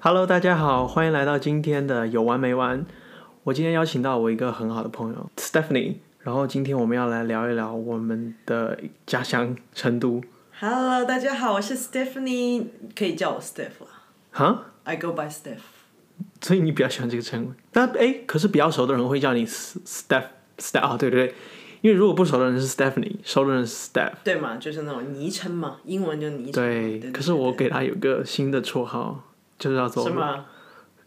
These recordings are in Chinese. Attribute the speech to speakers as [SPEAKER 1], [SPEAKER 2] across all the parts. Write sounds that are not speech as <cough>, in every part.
[SPEAKER 1] Hello，大家好，欢迎来到今天的有完没完。我今天邀请到我一个很好的朋友 Stephanie，然后今天我们要来聊一聊我们的家乡成都。
[SPEAKER 2] Hello，大家好，我是 Stephanie，可以叫我 Steph 啦
[SPEAKER 1] 哈，
[SPEAKER 2] ，I go by Steph。
[SPEAKER 1] 所以你比较喜欢这个称呼？但哎，可是比较熟的人会叫你 S- Steph Steph 哦，对对对，因为如果不熟的人是 Stephanie，熟的人是 Steph。
[SPEAKER 2] 对嘛，就是那种昵称嘛，英文就昵称嘛。
[SPEAKER 1] 对，
[SPEAKER 2] 对
[SPEAKER 1] 可是我给他有个新的绰号，就是叫
[SPEAKER 2] 对
[SPEAKER 1] 做
[SPEAKER 2] 什么？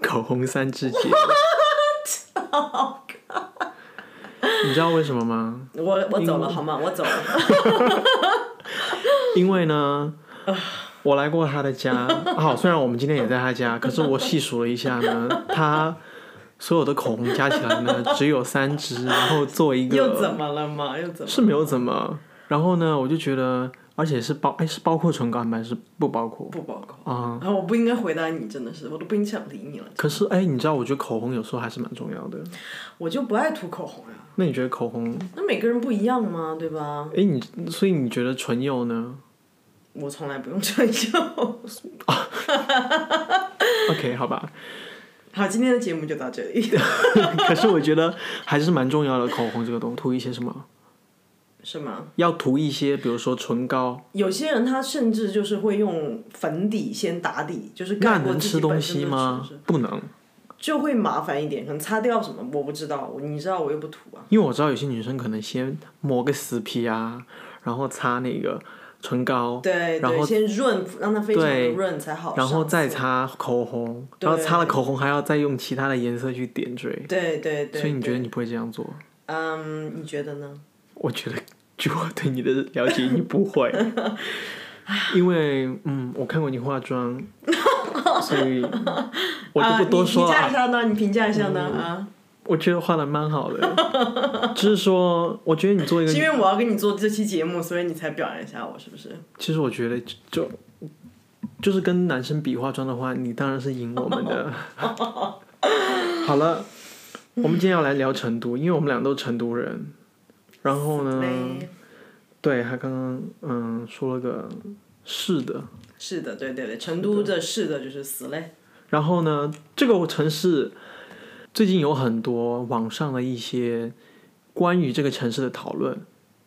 [SPEAKER 1] 口红三只
[SPEAKER 2] <laughs>
[SPEAKER 1] 姐。你知道为什么吗？
[SPEAKER 2] 我我走了好吗？我走了。
[SPEAKER 1] <laughs> 因为呢，我来过他的家。 <laughs> 好，虽然我们今天也在他家，可是我细数了一下呢， <laughs> 他所有的口红加起来呢 <laughs> 只有三支，然后做一
[SPEAKER 2] <laughs> 又
[SPEAKER 1] 个
[SPEAKER 2] 怎么了嘛？又怎么？
[SPEAKER 1] 是没有怎么。然后呢，我就觉得，而且是包哎是包括唇膏吗？还是不包括？
[SPEAKER 2] 不包括。
[SPEAKER 1] 啊、
[SPEAKER 2] 然后我不应该回答你，真的是，我都不想理你了。
[SPEAKER 1] 可是哎，你知道，我觉得口红有时候还是蛮重要的。
[SPEAKER 2] 我就不爱涂口红呀、
[SPEAKER 1] 那你觉得口红？
[SPEAKER 2] 那每个人不一样嘛，对吧？
[SPEAKER 1] 哎，你所以你觉得唇釉呢 <laughs>
[SPEAKER 2] 我从来不用唇釉。
[SPEAKER 1] ？OK，好吧。
[SPEAKER 2] <laughs>
[SPEAKER 1] <laughs>
[SPEAKER 2] 好，今天的节目就到这里。
[SPEAKER 1] 可是我觉得还是蛮重要的，口红这个东西，涂一些什么？
[SPEAKER 2] 是吗？
[SPEAKER 1] 要涂一些，比如说唇膏。
[SPEAKER 2] 有些人他甚至就是会用粉底先打底，就是
[SPEAKER 1] 那
[SPEAKER 2] 盖过
[SPEAKER 1] 能
[SPEAKER 2] 自
[SPEAKER 1] 吃
[SPEAKER 2] 己本
[SPEAKER 1] 东
[SPEAKER 2] 身
[SPEAKER 1] 西
[SPEAKER 2] 的
[SPEAKER 1] 吗？不能，
[SPEAKER 2] 就会麻烦一点，可能擦掉什么我不知道，我你知道我又不涂啊。
[SPEAKER 1] 因为我知道有些女生可能先抹个死皮啊，然后擦那个唇膏，
[SPEAKER 2] 对
[SPEAKER 1] 然
[SPEAKER 2] 对，先润，让它非常的润才好上色。
[SPEAKER 1] 然后再擦口红，然后擦了口红还要再用其他的颜色去点缀。
[SPEAKER 2] 对对对，
[SPEAKER 1] 所以你觉得你不会这样做？
[SPEAKER 2] 嗯，你觉得呢？
[SPEAKER 1] 我觉得，据我对你的了解，你不
[SPEAKER 2] <laughs>
[SPEAKER 1] 会，因为嗯，我看过你化
[SPEAKER 2] <laughs>
[SPEAKER 1] 妆，所以我就不多说了。嗯
[SPEAKER 2] 啊你评价一下呢？你评价一下呢？啊，
[SPEAKER 1] 我觉得画的蛮好的，只是说，我觉得你做一个
[SPEAKER 2] 是因为我要跟你做这期节目，所以你才表扬一下我，是不是？
[SPEAKER 1] 其实我觉得就就就是跟男生比化妆的话，你当然是赢我们的。好了，我们今天要来聊成都，因为我们俩都是成都人。然后呢，
[SPEAKER 2] 嘞？
[SPEAKER 1] 对他刚刚嗯说了个是的，
[SPEAKER 2] 是的，对对对，成都的是的就是死嘞。
[SPEAKER 1] 然后呢，这个城市最近有很多网上的一些关于这个城市的讨论，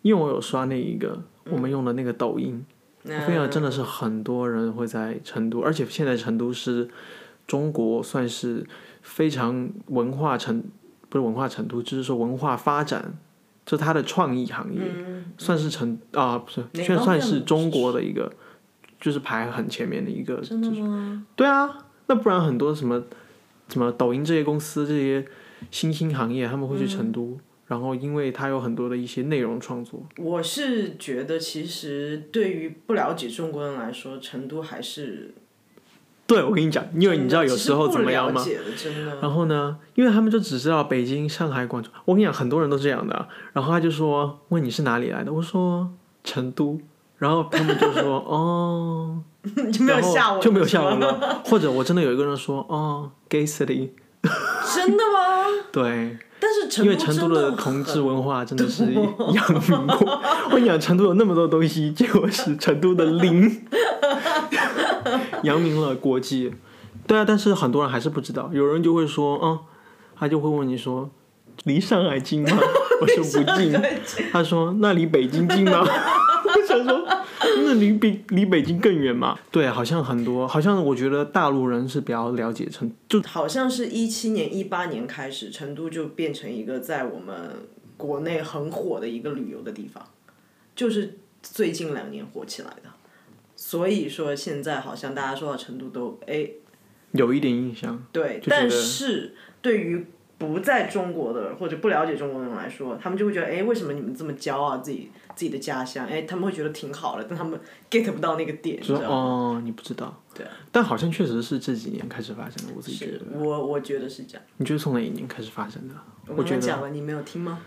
[SPEAKER 1] 因为我有刷那一个我们用的那个抖音。我非
[SPEAKER 2] 那
[SPEAKER 1] 常真的是很多人会在成都，而且现在成都是中国算是非常文化成，不是文化成都，就是说文化发展，就它的创意行业、
[SPEAKER 2] 嗯
[SPEAKER 1] 算是成啊，不是，
[SPEAKER 2] 哪
[SPEAKER 1] 算
[SPEAKER 2] 方
[SPEAKER 1] 算
[SPEAKER 2] 面
[SPEAKER 1] 是
[SPEAKER 2] 呢
[SPEAKER 1] 中国的一个，就是排很前面的一个。
[SPEAKER 2] 真的吗？
[SPEAKER 1] 对啊，那不然很多什么什么抖音这些公司这些新兴行业，他们会去成都，
[SPEAKER 2] 嗯
[SPEAKER 1] 然后因为它有很多的一些内容创作。
[SPEAKER 2] 我是觉得，其实对于不了解中国人来说，成都还是
[SPEAKER 1] 对，我跟你讲，因为你知道
[SPEAKER 2] 真的
[SPEAKER 1] 有时候怎么样吗？
[SPEAKER 2] 其实不了解的真的，
[SPEAKER 1] 然后呢，因为他们就只知道北京、上海、广州。我跟你讲，很多人都这样的。啊然后他就说：“问你是哪里来的？”我说：“成都。”然后他们就
[SPEAKER 2] <laughs>
[SPEAKER 1] 说：“哦。”
[SPEAKER 2] 就没有
[SPEAKER 1] 然
[SPEAKER 2] 下
[SPEAKER 1] 后
[SPEAKER 2] 文，
[SPEAKER 1] 就没有下文了。
[SPEAKER 2] <laughs>
[SPEAKER 1] 或者我真的有一个人说：“哦，gay city。
[SPEAKER 2] 真的吗？”
[SPEAKER 1] 对，
[SPEAKER 2] 但是成
[SPEAKER 1] 因
[SPEAKER 2] 都
[SPEAKER 1] 为成都
[SPEAKER 2] 真
[SPEAKER 1] 的
[SPEAKER 2] 的
[SPEAKER 1] 同
[SPEAKER 2] 很
[SPEAKER 1] 志文化真的是
[SPEAKER 2] <laughs>
[SPEAKER 1] 扬名过。 <laughs> 我跟你讲，成都有那么多东西，结果是成都的零， <laughs> 扬名了国际。对啊，但是很多人还是不知道，有人就会说，嗯，他就会问你说，离上海近吗？ <laughs> 我说不近。他说那离北京近吗？ <laughs> 我想说，那离北离北京更远嘛？对，好像很多，好像我觉得大陆人是比较了解成，就
[SPEAKER 2] 好像是一七年、一八年开始，成都就变成一个在我们国内很火的一个旅游的地方，就是最近两年火起来的。所以说现在好像大家说到成都都哎
[SPEAKER 1] 有一点印象。
[SPEAKER 2] 对
[SPEAKER 1] 嗯就觉，得
[SPEAKER 2] 但是对于不在中国的或者不了解中国的人来说，他们就会觉得，哎，为什么你们这么骄傲自己自己的家乡？哎，他们会觉得挺好的，但他们 get 不到那个点，你知
[SPEAKER 1] 说
[SPEAKER 2] 道吗？
[SPEAKER 1] 哦，你不知道，
[SPEAKER 2] 对，
[SPEAKER 1] 但好像确实是这几年开始发生的，我自己觉得。
[SPEAKER 2] 我我觉得是这样。
[SPEAKER 1] 你觉得从哪一年开始发生的？
[SPEAKER 2] 我
[SPEAKER 1] 我
[SPEAKER 2] 刚
[SPEAKER 1] 觉
[SPEAKER 2] 刚
[SPEAKER 1] 得
[SPEAKER 2] 讲了，你没有听吗？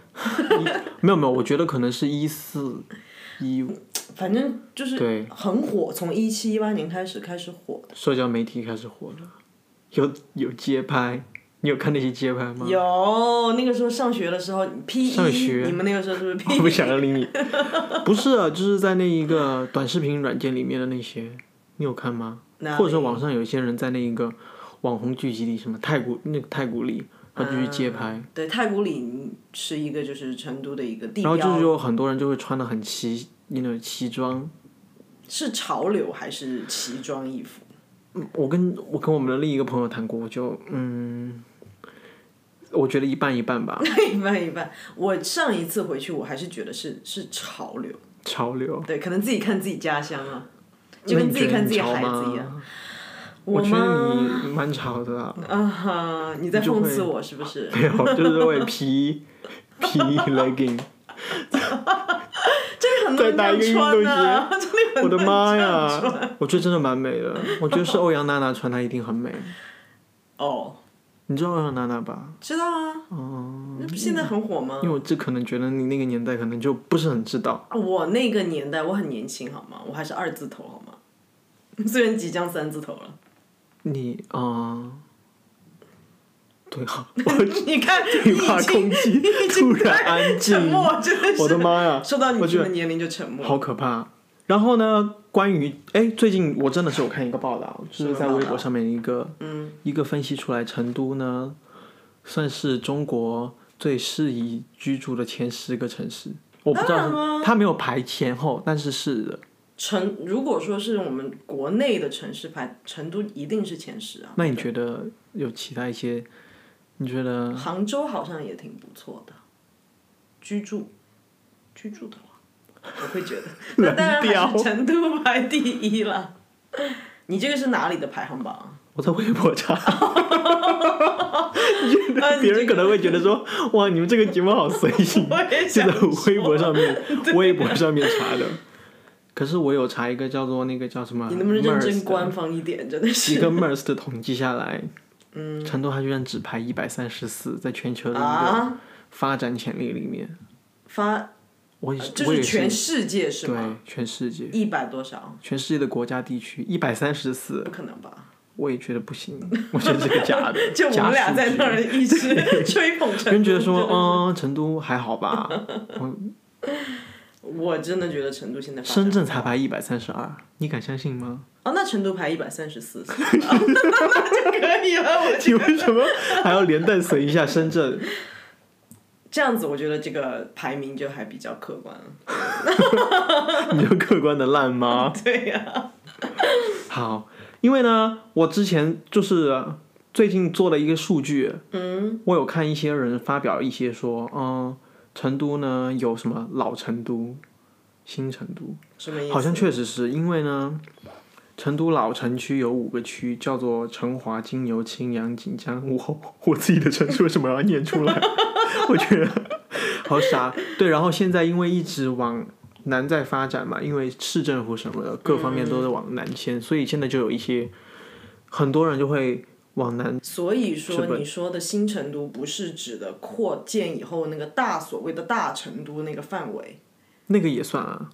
[SPEAKER 1] 没有没有，我觉得可能是一四一
[SPEAKER 2] 反正就是
[SPEAKER 1] 对
[SPEAKER 2] 很火，从一七一八年开始开始火。
[SPEAKER 1] 社交媒体开始火了，有有街拍，你有看那些街拍吗？
[SPEAKER 2] 有那个时候上学的时候，P
[SPEAKER 1] 上学
[SPEAKER 2] E，你们那个时候是不是
[SPEAKER 1] <laughs>
[SPEAKER 2] P
[SPEAKER 1] 我不想理
[SPEAKER 2] <laughs>
[SPEAKER 1] 你，不是啊，就是在那一个短视频软件里面的那些，你有看吗？
[SPEAKER 2] 那
[SPEAKER 1] 或者说网上有一些人在那一个，网红聚集地，什么太古那个太古里，然后就去街拍。
[SPEAKER 2] 嗯对，太古里是一个就是成都的一个地
[SPEAKER 1] 然后就
[SPEAKER 2] 标，
[SPEAKER 1] 是有很多人就会穿的很奇，那种奇装。
[SPEAKER 2] 是潮流还是奇装异服？
[SPEAKER 1] 嗯我跟我跟我们的另一个朋友谈过，我就嗯，我觉得一半一半吧，
[SPEAKER 2] <laughs> 一半一半。我上一次回去，我还是觉得是是潮流，
[SPEAKER 1] 潮流。
[SPEAKER 2] 对，可能自己看自己家乡啊，就
[SPEAKER 1] 那
[SPEAKER 2] 跟
[SPEAKER 1] 你
[SPEAKER 2] 自
[SPEAKER 1] 觉
[SPEAKER 2] 己
[SPEAKER 1] 得
[SPEAKER 2] 看
[SPEAKER 1] 你
[SPEAKER 2] 自己
[SPEAKER 1] 潮
[SPEAKER 2] 孩子一样。
[SPEAKER 1] 吗？我觉得你蛮潮的啊，
[SPEAKER 2] 啊哈！你在
[SPEAKER 1] 你就
[SPEAKER 2] 讽
[SPEAKER 1] 会
[SPEAKER 2] 刺我是不
[SPEAKER 1] <laughs>
[SPEAKER 2] 是？
[SPEAKER 1] 没有，就是会
[SPEAKER 2] <laughs>
[SPEAKER 1] 皮皮 legging，
[SPEAKER 2] 这里很多
[SPEAKER 1] 再搭一
[SPEAKER 2] 人
[SPEAKER 1] 个
[SPEAKER 2] 这
[SPEAKER 1] 运动
[SPEAKER 2] 样穿啊，这里很
[SPEAKER 1] 我的
[SPEAKER 2] 多人
[SPEAKER 1] 妈
[SPEAKER 2] 这样穿
[SPEAKER 1] 呀！我觉得真的蛮美的，我觉得是欧阳娜娜穿她一定很美。
[SPEAKER 2] 哦，
[SPEAKER 1] 你知道欧阳娜娜吧？
[SPEAKER 2] 知道啊，
[SPEAKER 1] 嗯，
[SPEAKER 2] 那不现在很火吗？
[SPEAKER 1] 因为我这可能觉得你那个年代可能就不是很知道。
[SPEAKER 2] 啊我那个年代我很年轻好吗？我还是二字头好吗？ <laughs> 虽然即将三字头了，
[SPEAKER 1] 你啊、对好，
[SPEAKER 2] <laughs> 你看，你
[SPEAKER 1] 你
[SPEAKER 2] 已
[SPEAKER 1] 怕
[SPEAKER 2] 经
[SPEAKER 1] 空气突然安
[SPEAKER 2] 沉
[SPEAKER 1] 静，
[SPEAKER 2] 默，真的是
[SPEAKER 1] 我的妈呀，
[SPEAKER 2] 说到你
[SPEAKER 1] 我
[SPEAKER 2] 这
[SPEAKER 1] 觉
[SPEAKER 2] 个年龄就沉默。
[SPEAKER 1] 好可怕。然后呢，关于哎，最近我真的是有看一个报道，就
[SPEAKER 2] 什
[SPEAKER 1] 是
[SPEAKER 2] 么
[SPEAKER 1] 在
[SPEAKER 2] 报
[SPEAKER 1] 微
[SPEAKER 2] 道
[SPEAKER 1] 博上面一个
[SPEAKER 2] 嗯，
[SPEAKER 1] 一个分析出来，成都呢算是中国最适宜居住的前十个城市。我不知道
[SPEAKER 2] 当然
[SPEAKER 1] 是它没有排前后，但是是的。
[SPEAKER 2] 成如果说是我们国内的城市排，成都一定是前十啊。
[SPEAKER 1] 那你觉得有其他一些？你觉得，
[SPEAKER 2] 杭州好像也挺不错的，居住，居住的话，我会觉得那当然
[SPEAKER 1] 冷调
[SPEAKER 2] 还是成都排第一了。你这个是哪里的排行榜
[SPEAKER 1] <laughs>
[SPEAKER 2] 啊？
[SPEAKER 1] 我在微博查， <laughs>
[SPEAKER 2] <laughs> 啊
[SPEAKER 1] 别人可能。
[SPEAKER 2] 你
[SPEAKER 1] 会觉得说，哇，你们这个节目好随
[SPEAKER 2] 这
[SPEAKER 1] 性
[SPEAKER 2] 个， <laughs> 我
[SPEAKER 1] 是
[SPEAKER 2] 也想
[SPEAKER 1] 在微博上
[SPEAKER 2] <laughs>
[SPEAKER 1] 面，微博上面查的。可是我有查一个叫做那个叫什么，
[SPEAKER 2] 你能不能认
[SPEAKER 1] MERS
[SPEAKER 2] 真
[SPEAKER 1] 的
[SPEAKER 2] 官方一点？真的
[SPEAKER 1] 一
[SPEAKER 2] 是
[SPEAKER 1] 个 MERS 的统计下来，嗯，成都它居然只排一百三十四，在全球的一个
[SPEAKER 2] 啊，
[SPEAKER 1] 发展潜力里面，
[SPEAKER 2] 发
[SPEAKER 1] 我也是，
[SPEAKER 2] 就
[SPEAKER 1] 我也
[SPEAKER 2] 啊是全世界是吗？
[SPEAKER 1] 对全世界，
[SPEAKER 2] 一百多少？
[SPEAKER 1] 全世界的国家地区一百三十四，
[SPEAKER 2] 不可能吧？，
[SPEAKER 1] 我也觉得不行，我觉得这个假的
[SPEAKER 2] <laughs> 就我
[SPEAKER 1] 假
[SPEAKER 2] 们俩
[SPEAKER 1] 数
[SPEAKER 2] 在
[SPEAKER 1] 据
[SPEAKER 2] 那
[SPEAKER 1] <laughs>
[SPEAKER 2] 儿一直 <laughs> 吹捧成都，
[SPEAKER 1] 人觉得说，
[SPEAKER 2] 真的
[SPEAKER 1] 嗯，成都还好吧，
[SPEAKER 2] 我真的觉得成都现在发展
[SPEAKER 1] 深圳才排一百三十二，你敢相信吗？
[SPEAKER 2] 哦，那成都排一百三
[SPEAKER 1] <laughs>
[SPEAKER 2] 十四， <laughs> 那就可以了。我
[SPEAKER 1] 你为什么还要连带损一下深圳？ <laughs>
[SPEAKER 2] 这样子，我觉得这个排名就还比较客观了。
[SPEAKER 1] 你就客观的烂吗？
[SPEAKER 2] <laughs> 对呀、
[SPEAKER 1] 好，因为呢，我之前就是呃最近做了一个数据，嗯，我有看一些人发表一些说，嗯，成都呢有什么老成都、新成都，
[SPEAKER 2] 什么意
[SPEAKER 1] 嗯
[SPEAKER 2] 思？
[SPEAKER 1] 好像确实是因为呢，成都老城区有五个区，叫做成华、金牛、青羊、锦江。我我自己的城市为什么要念出来？ <laughs> 我觉得好傻。对，然后现在因为一直往南在发展嘛，因为市政府什么的各方面都在往南
[SPEAKER 2] 嗯
[SPEAKER 1] 迁，所以现在就有一些很多人就会往南。
[SPEAKER 2] 所以说，你说的新成都不是指的扩建以后那个大所谓的大成都那个范围。
[SPEAKER 1] 那个也算啊，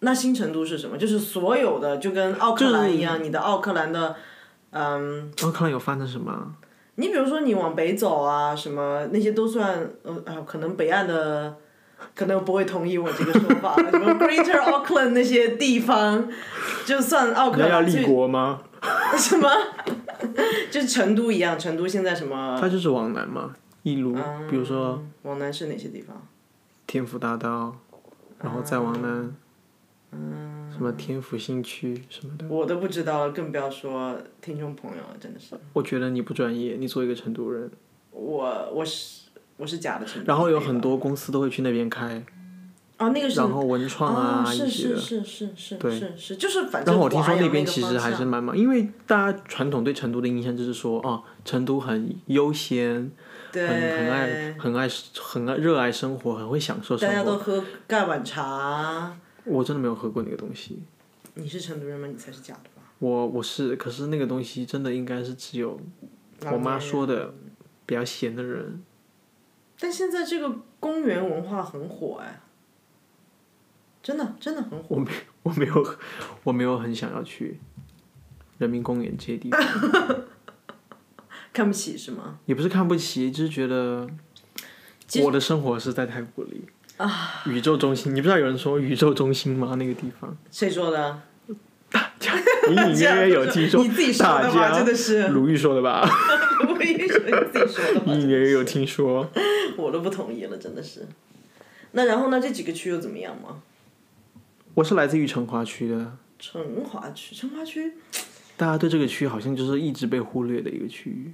[SPEAKER 2] 那新成都是什么？就是所有的，就跟奥克兰一样，你的奥克兰的，嗯，
[SPEAKER 1] 奥克兰有发生什么啊？
[SPEAKER 2] 你比如说你往北走啊，什么那些都算，呃啊，可能北岸的，可能不会同意我这个说法，什么 Greater Auckland 那些地方，就算奥克
[SPEAKER 1] 啊你要
[SPEAKER 2] 兰，
[SPEAKER 1] 立国吗？
[SPEAKER 2] 就什么，就是成都一样，成都现在什么，
[SPEAKER 1] 它就是往南嘛，一路，比如说
[SPEAKER 2] 嗯往南是哪些地方？
[SPEAKER 1] 天府大道，然后再往南，
[SPEAKER 2] 嗯
[SPEAKER 1] 什么天府新区什么的。
[SPEAKER 2] 我都不知道了，更不要说听众朋友了，真的是，
[SPEAKER 1] 我觉得你不专业，你作为一个成都人，
[SPEAKER 2] 我我是我是假的成都人，
[SPEAKER 1] 然后有很多公司都会去那边开，
[SPEAKER 2] 啊，那个是
[SPEAKER 1] 然后文创啊
[SPEAKER 2] 哦
[SPEAKER 1] 一
[SPEAKER 2] 是
[SPEAKER 1] 些
[SPEAKER 2] 是
[SPEAKER 1] 的。
[SPEAKER 2] 是是是是是，就是反正
[SPEAKER 1] 然后我听
[SPEAKER 2] 华
[SPEAKER 1] 说
[SPEAKER 2] 阳
[SPEAKER 1] 那
[SPEAKER 2] 那
[SPEAKER 1] 边
[SPEAKER 2] 个
[SPEAKER 1] 其
[SPEAKER 2] 方
[SPEAKER 1] 实还
[SPEAKER 2] 向
[SPEAKER 1] 是蛮忙，因为大家传统对成都的印象就是说，哦，成都很悠闲，很
[SPEAKER 2] 对
[SPEAKER 1] 很爱很爱很爱热爱生活，很会享受
[SPEAKER 2] 大
[SPEAKER 1] 生
[SPEAKER 2] 家
[SPEAKER 1] 活。
[SPEAKER 2] 都喝盖碗茶。
[SPEAKER 1] 我真的没有喝过那个东西，
[SPEAKER 2] 你是成都人吗？你才是假的吧？
[SPEAKER 1] 我我是，可是那个东西真的应该是只有我妈说的比较闲的人
[SPEAKER 2] 但现在这个公园文化很火哎，真的真的很火。
[SPEAKER 1] 我没 <laughs> 我没有我没有很想要去人民公园这些地方，
[SPEAKER 2] 看不起是吗？
[SPEAKER 1] 也不是看不起，就是觉得
[SPEAKER 2] 其
[SPEAKER 1] 我的生活是在太古里啊，
[SPEAKER 2] <laughs>
[SPEAKER 1] 嗯宇宙中心。你不知道有人说宇宙中心吗？那个地方，
[SPEAKER 2] 谁说的？
[SPEAKER 1] 大家隐隐约约有听说
[SPEAKER 2] 你自己说
[SPEAKER 1] 大
[SPEAKER 2] 的话
[SPEAKER 1] 家，
[SPEAKER 2] 真的是， <laughs>
[SPEAKER 1] 鲁豫说的吧？
[SPEAKER 2] 我也说你自己说的话
[SPEAKER 1] 隐，隐约约有听说。
[SPEAKER 2] 我都不同意了，真的是。那然后呢？这几个区又怎么样吗？
[SPEAKER 1] 我是来自于成华区的，
[SPEAKER 2] 成华区，成华区
[SPEAKER 1] 大家对这个区好像就是一直被忽略的一个区域。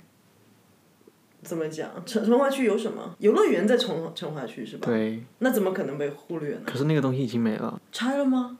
[SPEAKER 2] 怎么讲？成成华区有什么？游乐园在成成华区是吧？
[SPEAKER 1] 对，
[SPEAKER 2] 那怎么可能被忽略呢？
[SPEAKER 1] 可是那个东西已经没了，
[SPEAKER 2] 拆了吗？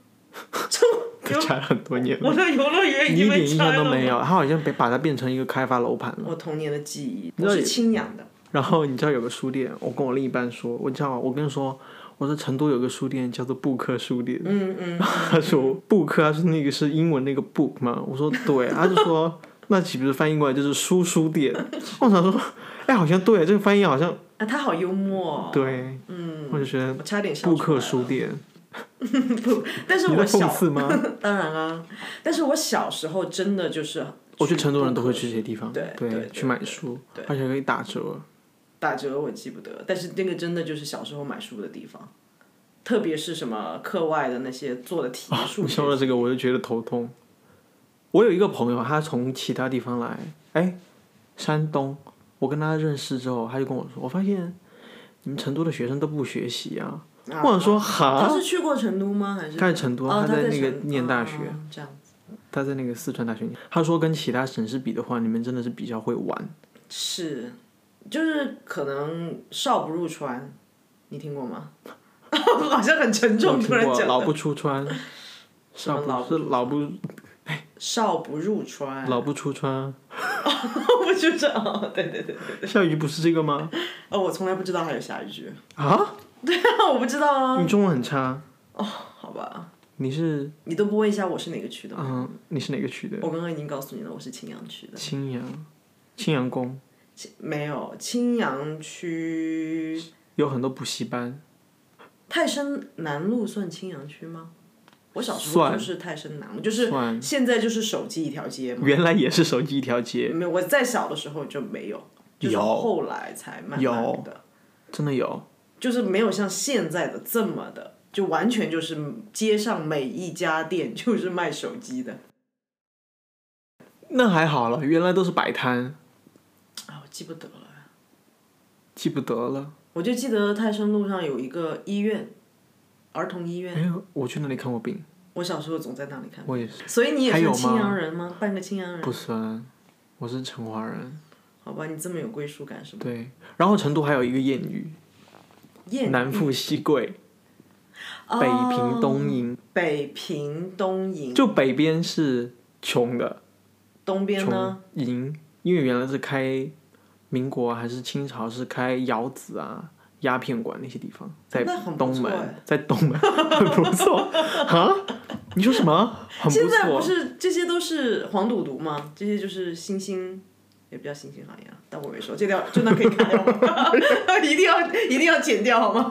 [SPEAKER 1] 可差了很多
[SPEAKER 2] <laughs>
[SPEAKER 1] 年。
[SPEAKER 2] 我的游乐园已
[SPEAKER 1] 你一
[SPEAKER 2] 经
[SPEAKER 1] 点
[SPEAKER 2] 被
[SPEAKER 1] 印
[SPEAKER 2] 拆
[SPEAKER 1] 象
[SPEAKER 2] 了
[SPEAKER 1] 都
[SPEAKER 2] 吗
[SPEAKER 1] 没有，它好像被把它变成一个开发楼盘了。
[SPEAKER 2] 我童年的记忆，
[SPEAKER 1] 那
[SPEAKER 2] 我是清扬的。
[SPEAKER 1] 然后你知道有个书店，我跟我另一半说，我知道，我跟你说，我说成都有个书店叫做布克书店，
[SPEAKER 2] 嗯嗯，
[SPEAKER 1] 他说布克，他说那个是英文那个 book 嘛，我说对，啊他就说那岂不是翻译过来就是书书店？我想说，哎，好像对，这个翻译好像
[SPEAKER 2] 啊，他好幽默、哦。
[SPEAKER 1] 对，
[SPEAKER 2] 嗯，
[SPEAKER 1] 我就觉得
[SPEAKER 2] 我差点笑
[SPEAKER 1] 布
[SPEAKER 2] 出
[SPEAKER 1] 克
[SPEAKER 2] 来。
[SPEAKER 1] 书店，
[SPEAKER 2] <laughs> 但是
[SPEAKER 1] 你在
[SPEAKER 2] 我
[SPEAKER 1] 讽
[SPEAKER 2] 小，
[SPEAKER 1] 刺吗？
[SPEAKER 2] <laughs> 当然啊，但是我小时候真的就是，
[SPEAKER 1] 我觉得成都人都会去这些地方，
[SPEAKER 2] 对对对
[SPEAKER 1] 去买书，而且可以打折。
[SPEAKER 2] 打折我记不得，但是那个真的就是小时候买书的地方，特别是什么课外的那些做的题
[SPEAKER 1] 啊，
[SPEAKER 2] 数
[SPEAKER 1] 你
[SPEAKER 2] 学，
[SPEAKER 1] 说到这个我就觉得头痛。我有一个朋友，他从其他地方来，哎，山东。我跟他认识之后，他就跟我说，我发现你们成都的学生都不学习啊。
[SPEAKER 2] 啊
[SPEAKER 1] 我想说，哈，
[SPEAKER 2] 他是去过成都吗？还是
[SPEAKER 1] 他在成都啊
[SPEAKER 2] 哦
[SPEAKER 1] 他在
[SPEAKER 2] 他
[SPEAKER 1] 那个
[SPEAKER 2] 成都
[SPEAKER 1] 念大学
[SPEAKER 2] 哦这样
[SPEAKER 1] 他在那个四川大学念，他说跟其他省市比的话，你们真的是比较会玩。
[SPEAKER 2] 是，就是可能少不入川，你听过吗？ <laughs> 好像很沉
[SPEAKER 1] 我
[SPEAKER 2] 重，
[SPEAKER 1] 听
[SPEAKER 2] 突然
[SPEAKER 1] 过
[SPEAKER 2] 讲
[SPEAKER 1] 老不出川，
[SPEAKER 2] <laughs> 什么
[SPEAKER 1] 少不是老不
[SPEAKER 2] <laughs> 少不入川， <laughs>
[SPEAKER 1] 老不出川，
[SPEAKER 2] 我就这样，哦 <laughs> 对对对，
[SPEAKER 1] 下雨不是这个
[SPEAKER 2] <laughs>
[SPEAKER 1] 吗？
[SPEAKER 2] 哦，我从来不知道还有下一句， <laughs>
[SPEAKER 1] 啊，
[SPEAKER 2] 对啊，我不知道啊，
[SPEAKER 1] 你中文很差，
[SPEAKER 2] 哦，好吧，
[SPEAKER 1] 你是
[SPEAKER 2] 你都不问一下我是哪个区的吗？
[SPEAKER 1] 嗯，你是哪个区的？
[SPEAKER 2] 我刚刚已经告诉你了，我是青羊区的。
[SPEAKER 1] 青阳，青阳宫
[SPEAKER 2] 青没有青羊区，
[SPEAKER 1] 有很多补习班，
[SPEAKER 2] 泰山南路算青羊区吗？我小时候
[SPEAKER 1] 算
[SPEAKER 2] 就是泰山南路，就是
[SPEAKER 1] 算
[SPEAKER 2] 现在就是手机一条街嘛。
[SPEAKER 1] 原来也是手机一条街，
[SPEAKER 2] 没有，我再小的时候就没有，就是
[SPEAKER 1] 有
[SPEAKER 2] 后来才慢慢的，
[SPEAKER 1] 真的有。
[SPEAKER 2] 就是没有像现在的这么的，就完全就是街上每一家店 <laughs> 就是卖手机的。
[SPEAKER 1] 那还好了，原来都是摆摊，
[SPEAKER 2] 啊，我记不得了，
[SPEAKER 1] 记不得了。
[SPEAKER 2] 我就记得泰山路上有一个医院，儿童医院，
[SPEAKER 1] 哎，我去那里看过病，
[SPEAKER 2] 我小时候总在那里看。
[SPEAKER 1] 我也是，
[SPEAKER 2] 所以你也
[SPEAKER 1] 还有
[SPEAKER 2] 是
[SPEAKER 1] 吗
[SPEAKER 2] 青阳人吗？半个青阳人？
[SPEAKER 1] 不算，我是成华人。
[SPEAKER 2] 好吧，你这么有归属感是吗？
[SPEAKER 1] 对，然后成都还有一个谚语：
[SPEAKER 2] 燕
[SPEAKER 1] 南富西贵，
[SPEAKER 2] 哦
[SPEAKER 1] 北平东瀛。
[SPEAKER 2] 北平东营，
[SPEAKER 1] 就北边是穷的，
[SPEAKER 2] 东边呢？
[SPEAKER 1] 穷营，因为原来是开民国啊还是清朝是开窑子啊、鸦片馆那些地方，在
[SPEAKER 2] 哦那很不
[SPEAKER 1] 东
[SPEAKER 2] 错
[SPEAKER 1] 门
[SPEAKER 2] 哎，
[SPEAKER 1] 在东门 <laughs> 很不错啊！你说什么？很
[SPEAKER 2] 现在
[SPEAKER 1] 不
[SPEAKER 2] 不
[SPEAKER 1] 错。
[SPEAKER 2] 是这些都是黄赌毒吗？这些就是新兴，也不叫新兴行业了，啊但我没说，这条真的可以开了吗？ <laughs> 一定要一定要剪掉好吗？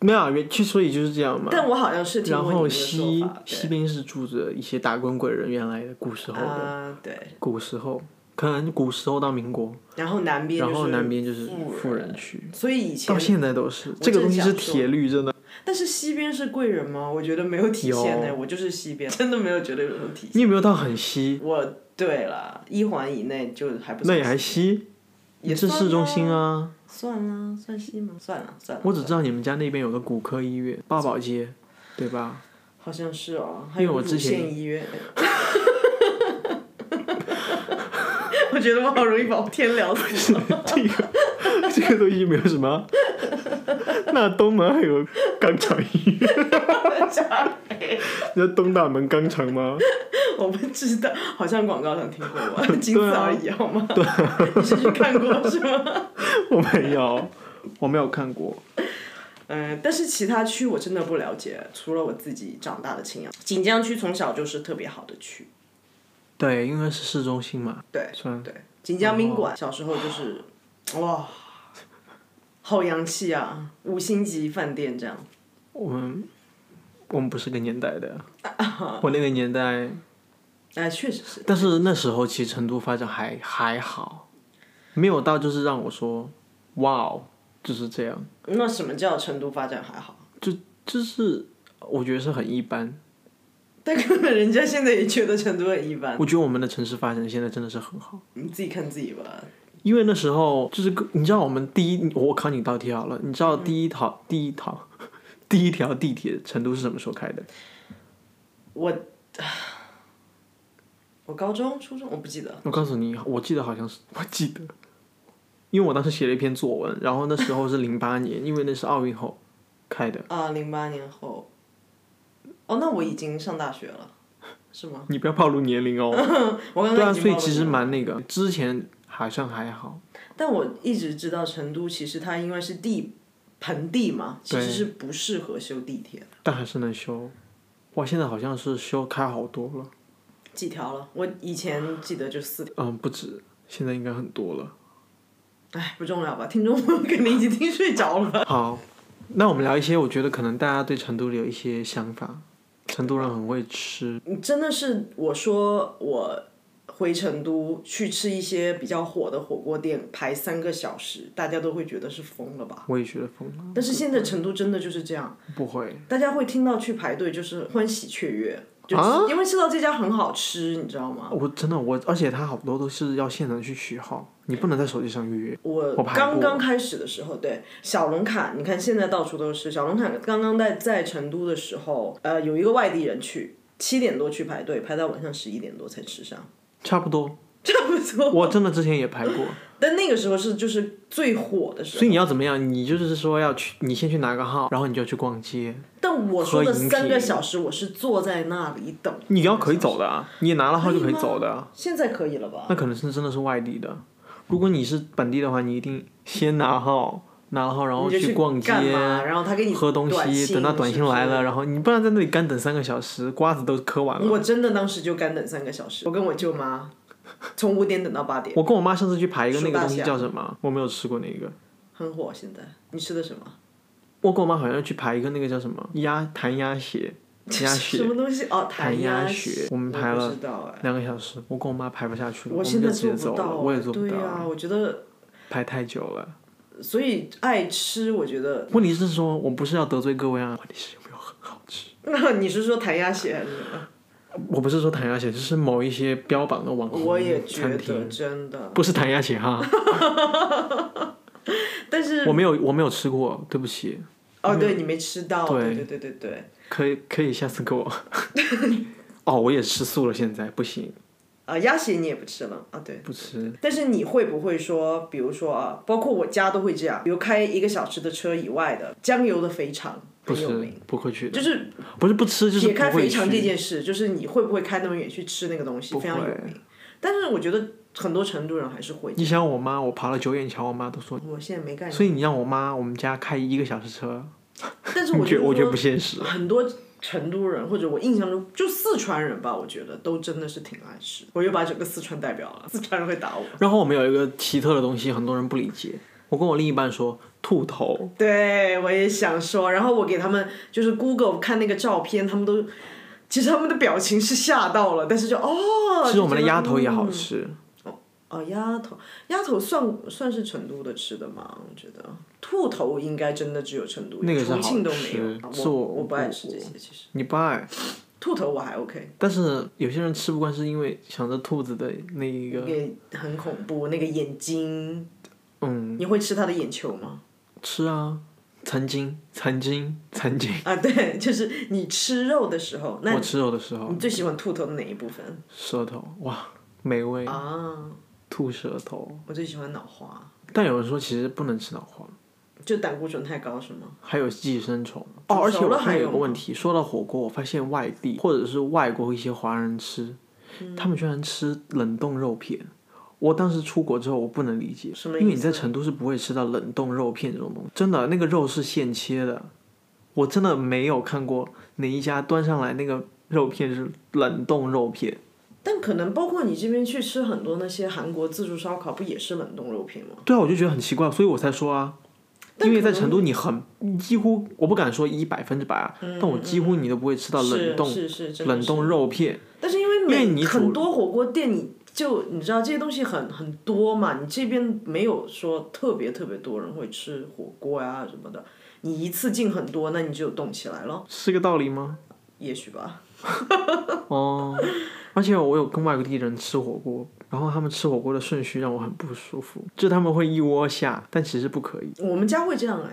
[SPEAKER 1] 没有啊，原其实所以就是这样嘛。
[SPEAKER 2] 但我好像是听
[SPEAKER 1] 然
[SPEAKER 2] 过你们
[SPEAKER 1] 后
[SPEAKER 2] 的说
[SPEAKER 1] 西
[SPEAKER 2] 法，
[SPEAKER 1] 西边是住着一些打滚鬼人，原来的古时
[SPEAKER 2] 对
[SPEAKER 1] 候的，
[SPEAKER 2] 啊对，
[SPEAKER 1] 古时候可能古时候到民国。
[SPEAKER 2] 然后南边
[SPEAKER 1] 然
[SPEAKER 2] 就
[SPEAKER 1] 后
[SPEAKER 2] 是
[SPEAKER 1] 南边就是
[SPEAKER 2] 富
[SPEAKER 1] 富人区，
[SPEAKER 2] 所以以前
[SPEAKER 1] 到现在都是
[SPEAKER 2] 我
[SPEAKER 1] 这个
[SPEAKER 2] 正
[SPEAKER 1] 东西
[SPEAKER 2] 想
[SPEAKER 1] 是
[SPEAKER 2] 说
[SPEAKER 1] 铁律，真的。
[SPEAKER 2] 但是西边是贵人吗？我觉得没有体现呢、我就是西边，真的没有觉得有什么体现。
[SPEAKER 1] 你有没有到很西？
[SPEAKER 2] 我对了，一环以内就还不算
[SPEAKER 1] 那也还西，
[SPEAKER 2] 也
[SPEAKER 1] 你是
[SPEAKER 2] 算
[SPEAKER 1] 市中
[SPEAKER 2] 啊
[SPEAKER 1] 心啊。
[SPEAKER 2] 算啦，算西吗？算了算了，
[SPEAKER 1] 我只知道你们家那边有个骨科医院，八宝街，对
[SPEAKER 2] <laughs>
[SPEAKER 1] 吧？
[SPEAKER 2] 好像是哦，
[SPEAKER 1] 因为我之前
[SPEAKER 2] 还有乳腺
[SPEAKER 1] <laughs>
[SPEAKER 2] 医院。我觉得我好容易把我天聊死了。
[SPEAKER 1] 这个这个东西没有什么。那东门还有肛肠医院，你知道东大门肛肠吗？
[SPEAKER 2] 我不知道，好像广告上听过吧， <laughs> 仅此而已，好吗？对、你是去看过是吗？
[SPEAKER 1] 我没有，我没有看过。
[SPEAKER 2] 嗯，但是其他区我真的不了解，除了我自己长大的青阳，锦江区从小就是特别好的区。
[SPEAKER 1] 对，因为是市中心嘛，
[SPEAKER 2] 对
[SPEAKER 1] 算
[SPEAKER 2] 对，锦江宾
[SPEAKER 1] 哦
[SPEAKER 2] 馆小时候就是，哇，好洋气啊，五星级饭店这样。
[SPEAKER 1] 我们我们不是个年代的， <laughs> 我那个年代
[SPEAKER 2] 哎，确实啊是，
[SPEAKER 1] 但是那时候其实成都发展还还好，没有到就是让我说，哇哦，就是这样，
[SPEAKER 2] 那什么叫成都发展还好？
[SPEAKER 1] 就是我觉得是很一般。
[SPEAKER 2] <laughs> 但可能人家现在也觉得成都很一般，
[SPEAKER 1] 我觉得我们的城市发展现在真的是很好，
[SPEAKER 2] 你自己看自己吧。
[SPEAKER 1] 因为那时候就是个你知道我们第一，我考你道题好了，你知道第一条、第一条 <laughs> 第一条地铁成都是什么时候开的？
[SPEAKER 2] 我，我高中、初中我不记得，
[SPEAKER 1] 我告诉你，我记得好像是，我记得，因为我当时写了一篇作文，然后那时候是零八年，因为那是奥运后开的。
[SPEAKER 2] 啊，零八年后，哦，那我已经上大学了，是吗？
[SPEAKER 1] 你不要暴露年龄哦。
[SPEAKER 2] <laughs> 我刚
[SPEAKER 1] 对
[SPEAKER 2] 刚
[SPEAKER 1] 啊，
[SPEAKER 2] 已经
[SPEAKER 1] 所以
[SPEAKER 2] 暴露
[SPEAKER 1] 其
[SPEAKER 2] 了
[SPEAKER 1] 实蛮那个，之前好像还好，
[SPEAKER 2] 但我一直知道成都其实它因为是地盆地嘛，其实是不适合修地铁的。
[SPEAKER 1] 但还是能修。哇，现在好像是修开好多了，
[SPEAKER 2] 几条了？我以前记得就四条，
[SPEAKER 1] 嗯，不止，现在应该很多了。
[SPEAKER 2] 哎，不重要吧？听众朋友肯定已经听睡着了。
[SPEAKER 1] 好，那我们聊一些我觉得可能大家对成都的有一些想法。成都人很会吃，
[SPEAKER 2] 你真的是我说我回成都去吃一些比较火的火锅店，排三个小时，大家都会觉得是疯了吧？
[SPEAKER 1] 我也觉得疯了。
[SPEAKER 2] 但是现在成都真的就是这样。
[SPEAKER 1] 不会，
[SPEAKER 2] 大家会听到去排队就是欢喜雀跃，就
[SPEAKER 1] 啊
[SPEAKER 2] 是因为吃到这家很好吃，你知道吗？
[SPEAKER 1] 我真的我，而且它好多都是要现场去取号，你不能在手机上预约。
[SPEAKER 2] 我
[SPEAKER 1] 我排
[SPEAKER 2] 刚刚开始的时候，对小龙坎，你看现在到处都是小龙坎。刚刚在在成都的时候，呃，有一个外地人去，七点多去排队，排到晚上十一点多才吃上， <laughs>
[SPEAKER 1] 差不多，
[SPEAKER 2] 差不多。
[SPEAKER 1] 我真的之前也排过，
[SPEAKER 2] 但那个时候是就是最火的时候。
[SPEAKER 1] 所以你要怎么样？你就是说要去，你先去拿个号，然后你就去逛街。
[SPEAKER 2] 但我说的
[SPEAKER 1] 喝饮
[SPEAKER 2] 三个
[SPEAKER 1] 品
[SPEAKER 2] 小时，我是坐在那里等。
[SPEAKER 1] 你要可以走的啊，你拿了号就可以走的啊。
[SPEAKER 2] 现在可以了吧？
[SPEAKER 1] 那可能是真的是外地的。如果你是本地的话，你一定先拿号，拿了号然后
[SPEAKER 2] 你就去
[SPEAKER 1] 逛街，
[SPEAKER 2] 干嘛然后他给你
[SPEAKER 1] 喝东
[SPEAKER 2] 短
[SPEAKER 1] 西，
[SPEAKER 2] 信
[SPEAKER 1] 等到短信来
[SPEAKER 2] 是不
[SPEAKER 1] 了，
[SPEAKER 2] 是
[SPEAKER 1] 然后你不然在那里干等三个小时，瓜子都嗑完了。
[SPEAKER 2] 我真的当时就干等三个小时，我跟我舅妈从五点等到八点，
[SPEAKER 1] 我跟我妈上次去排一个
[SPEAKER 2] 数
[SPEAKER 1] 那个
[SPEAKER 2] 大
[SPEAKER 1] 东西
[SPEAKER 2] 象
[SPEAKER 1] 叫什么？我没有吃过那个。
[SPEAKER 2] 很火。现在你吃的什么？
[SPEAKER 1] 我跟我妈好像去排一个那个叫什么鸭弹鸭
[SPEAKER 2] <laughs>
[SPEAKER 1] 血，鸭
[SPEAKER 2] 什
[SPEAKER 1] 血
[SPEAKER 2] 么东西？哦，
[SPEAKER 1] 弹
[SPEAKER 2] 鸭
[SPEAKER 1] 鸭血我们排
[SPEAKER 2] 我
[SPEAKER 1] 了
[SPEAKER 2] 不知道哎，
[SPEAKER 1] 两个小时，我跟我妈排不下去了，我
[SPEAKER 2] 我
[SPEAKER 1] 们
[SPEAKER 2] 现
[SPEAKER 1] 就
[SPEAKER 2] 在
[SPEAKER 1] 直接
[SPEAKER 2] 做
[SPEAKER 1] 走
[SPEAKER 2] 不到
[SPEAKER 1] 了，
[SPEAKER 2] 哎，
[SPEAKER 1] 我也做不
[SPEAKER 2] 对
[SPEAKER 1] 到，
[SPEAKER 2] 呀，我觉得，
[SPEAKER 1] 排太久了。
[SPEAKER 2] 所以爱吃，我觉得， <laughs>
[SPEAKER 1] 问题是说我不是要得罪各位啊，问题是有没有很好吃？
[SPEAKER 2] 那你是说弹鸭血还是什么？
[SPEAKER 1] 我不是说弹牙血，就是某一些标榜的网红
[SPEAKER 2] 我也觉
[SPEAKER 1] 餐厅，
[SPEAKER 2] 得真的，
[SPEAKER 1] 不是弹牙血哈，
[SPEAKER 2] 但是
[SPEAKER 1] 我没有我没有吃过，对不起，
[SPEAKER 2] 哦，对你没吃到，
[SPEAKER 1] 嗯
[SPEAKER 2] 对
[SPEAKER 1] 对
[SPEAKER 2] 对对对对，
[SPEAKER 1] 可以可以下次
[SPEAKER 2] <laughs>
[SPEAKER 1] 给我。哦，我也吃素了，现在不行，
[SPEAKER 2] 啊，鸭血你也不吃了啊？对。
[SPEAKER 1] 不吃。
[SPEAKER 2] 但是你会不会说，比如说啊，包括我家都会这样，比如开一个小时的车以外的酱油的肥肠
[SPEAKER 1] 不
[SPEAKER 2] 很有名
[SPEAKER 1] 是，不会去的，
[SPEAKER 2] 就是
[SPEAKER 1] 不是不吃，就是
[SPEAKER 2] 撇
[SPEAKER 1] 不
[SPEAKER 2] 开肥
[SPEAKER 1] 会
[SPEAKER 2] 肠这
[SPEAKER 1] 去。
[SPEAKER 2] 件事，就是你会不会开那么远去吃那个东西，
[SPEAKER 1] 不
[SPEAKER 2] 非常有
[SPEAKER 1] 会
[SPEAKER 2] 名。但是我觉得很多成都人还是会。
[SPEAKER 1] 你想我妈，我爬了九眼桥，我妈都说，
[SPEAKER 2] 我现在
[SPEAKER 1] <laughs>
[SPEAKER 2] 没干，
[SPEAKER 1] 所以你让我妈我们家开一个小时车，
[SPEAKER 2] 但是
[SPEAKER 1] 你
[SPEAKER 2] 我
[SPEAKER 1] 觉
[SPEAKER 2] 觉
[SPEAKER 1] 得
[SPEAKER 2] 得
[SPEAKER 1] 我觉得不现实。啊
[SPEAKER 2] 说很多成都人或者我印象中就四川人吧，我觉得都真的是挺爱吃。我又把整个四川代表了，四川人会打我。
[SPEAKER 1] 然后我们有一个奇特的东西，很多人不理解。我跟我另一半说，兔头，
[SPEAKER 2] 对，我也想说，然后我给他们就是 Google 看那个照片，他们都。其实他们的表情是吓到了，但是就哦，
[SPEAKER 1] 其实我们的
[SPEAKER 2] 就觉得
[SPEAKER 1] 鸭头也
[SPEAKER 2] 嗯
[SPEAKER 1] 好吃。
[SPEAKER 2] 哦，鸭头，鸭头算算是成都的吃的吗？我觉得兔头应该真的只有成都有，
[SPEAKER 1] 那个是
[SPEAKER 2] 重庆都
[SPEAKER 1] 好
[SPEAKER 2] 没有。啊
[SPEAKER 1] 吃是
[SPEAKER 2] 我
[SPEAKER 1] 我
[SPEAKER 2] 我不爱吃
[SPEAKER 1] 我
[SPEAKER 2] 这些，其实
[SPEAKER 1] 你不爱，
[SPEAKER 2] 兔头我还 OK，
[SPEAKER 1] 但是有些人吃不惯，是因为想着兔子的那一
[SPEAKER 2] 那
[SPEAKER 1] 个，
[SPEAKER 2] 个很恐怖，那个眼睛，
[SPEAKER 1] 嗯，
[SPEAKER 2] 你会吃它的眼球吗？
[SPEAKER 1] 吃啊，曾经，曾经，曾经，
[SPEAKER 2] 啊， <laughs> 对，就是你吃肉的时候，那嗯
[SPEAKER 1] 我吃肉的时候，
[SPEAKER 2] 你最喜欢兔头的哪一部分？
[SPEAKER 1] 舌头哇，美味，
[SPEAKER 2] 啊，
[SPEAKER 1] 吐舌头。啊
[SPEAKER 2] 我最喜欢脑花，
[SPEAKER 1] 但有人说其实不能吃脑花，
[SPEAKER 2] 就胆固醇太高是吗？
[SPEAKER 1] 还有寄生虫。
[SPEAKER 2] 煮
[SPEAKER 1] 哦，而
[SPEAKER 2] 熟
[SPEAKER 1] 且我
[SPEAKER 2] 了
[SPEAKER 1] 还
[SPEAKER 2] 还
[SPEAKER 1] 有
[SPEAKER 2] 有
[SPEAKER 1] 一个问题，说到火锅，我发现外地或者是外国一些华人吃，
[SPEAKER 2] 嗯
[SPEAKER 1] 他们居然吃冷冻肉片。我当时出国之后，我不能理解，
[SPEAKER 2] 什么意思
[SPEAKER 1] 因为你在成都是不会吃到冷冻肉片这种东西，真的，那个肉是现切的，我真的没有看过哪一家端上来那个肉片是冷冻肉片。
[SPEAKER 2] 但可能包括你这边去吃很多那些韩国自助烧烤，不也是冷冻肉片吗？
[SPEAKER 1] 对啊，我就觉得很奇怪，所以我才说啊，
[SPEAKER 2] 但
[SPEAKER 1] 因为
[SPEAKER 2] 可
[SPEAKER 1] 在
[SPEAKER 2] 能嗯
[SPEAKER 1] 成都你很几乎，我不敢说一百分之百啊，但我几乎你都不会吃到冷冻
[SPEAKER 2] 是是是真的
[SPEAKER 1] 冷
[SPEAKER 2] 是
[SPEAKER 1] 冻肉片。
[SPEAKER 2] 但是因为每
[SPEAKER 1] 因为你煮
[SPEAKER 2] 很多火锅店，你就你知道这些东西很很多嘛，你这边没有说特别特别多人会吃火锅啊呀、什么的，你一次进很多，那你就动起来了，
[SPEAKER 1] 是这个道理吗？
[SPEAKER 2] 也许吧。
[SPEAKER 1] 哦，而且我有跟外地人吃火锅，然后他们吃火锅的顺序让我很不舒服，就他们会一窝下，但其实不可以。
[SPEAKER 2] 我们家会这样哎、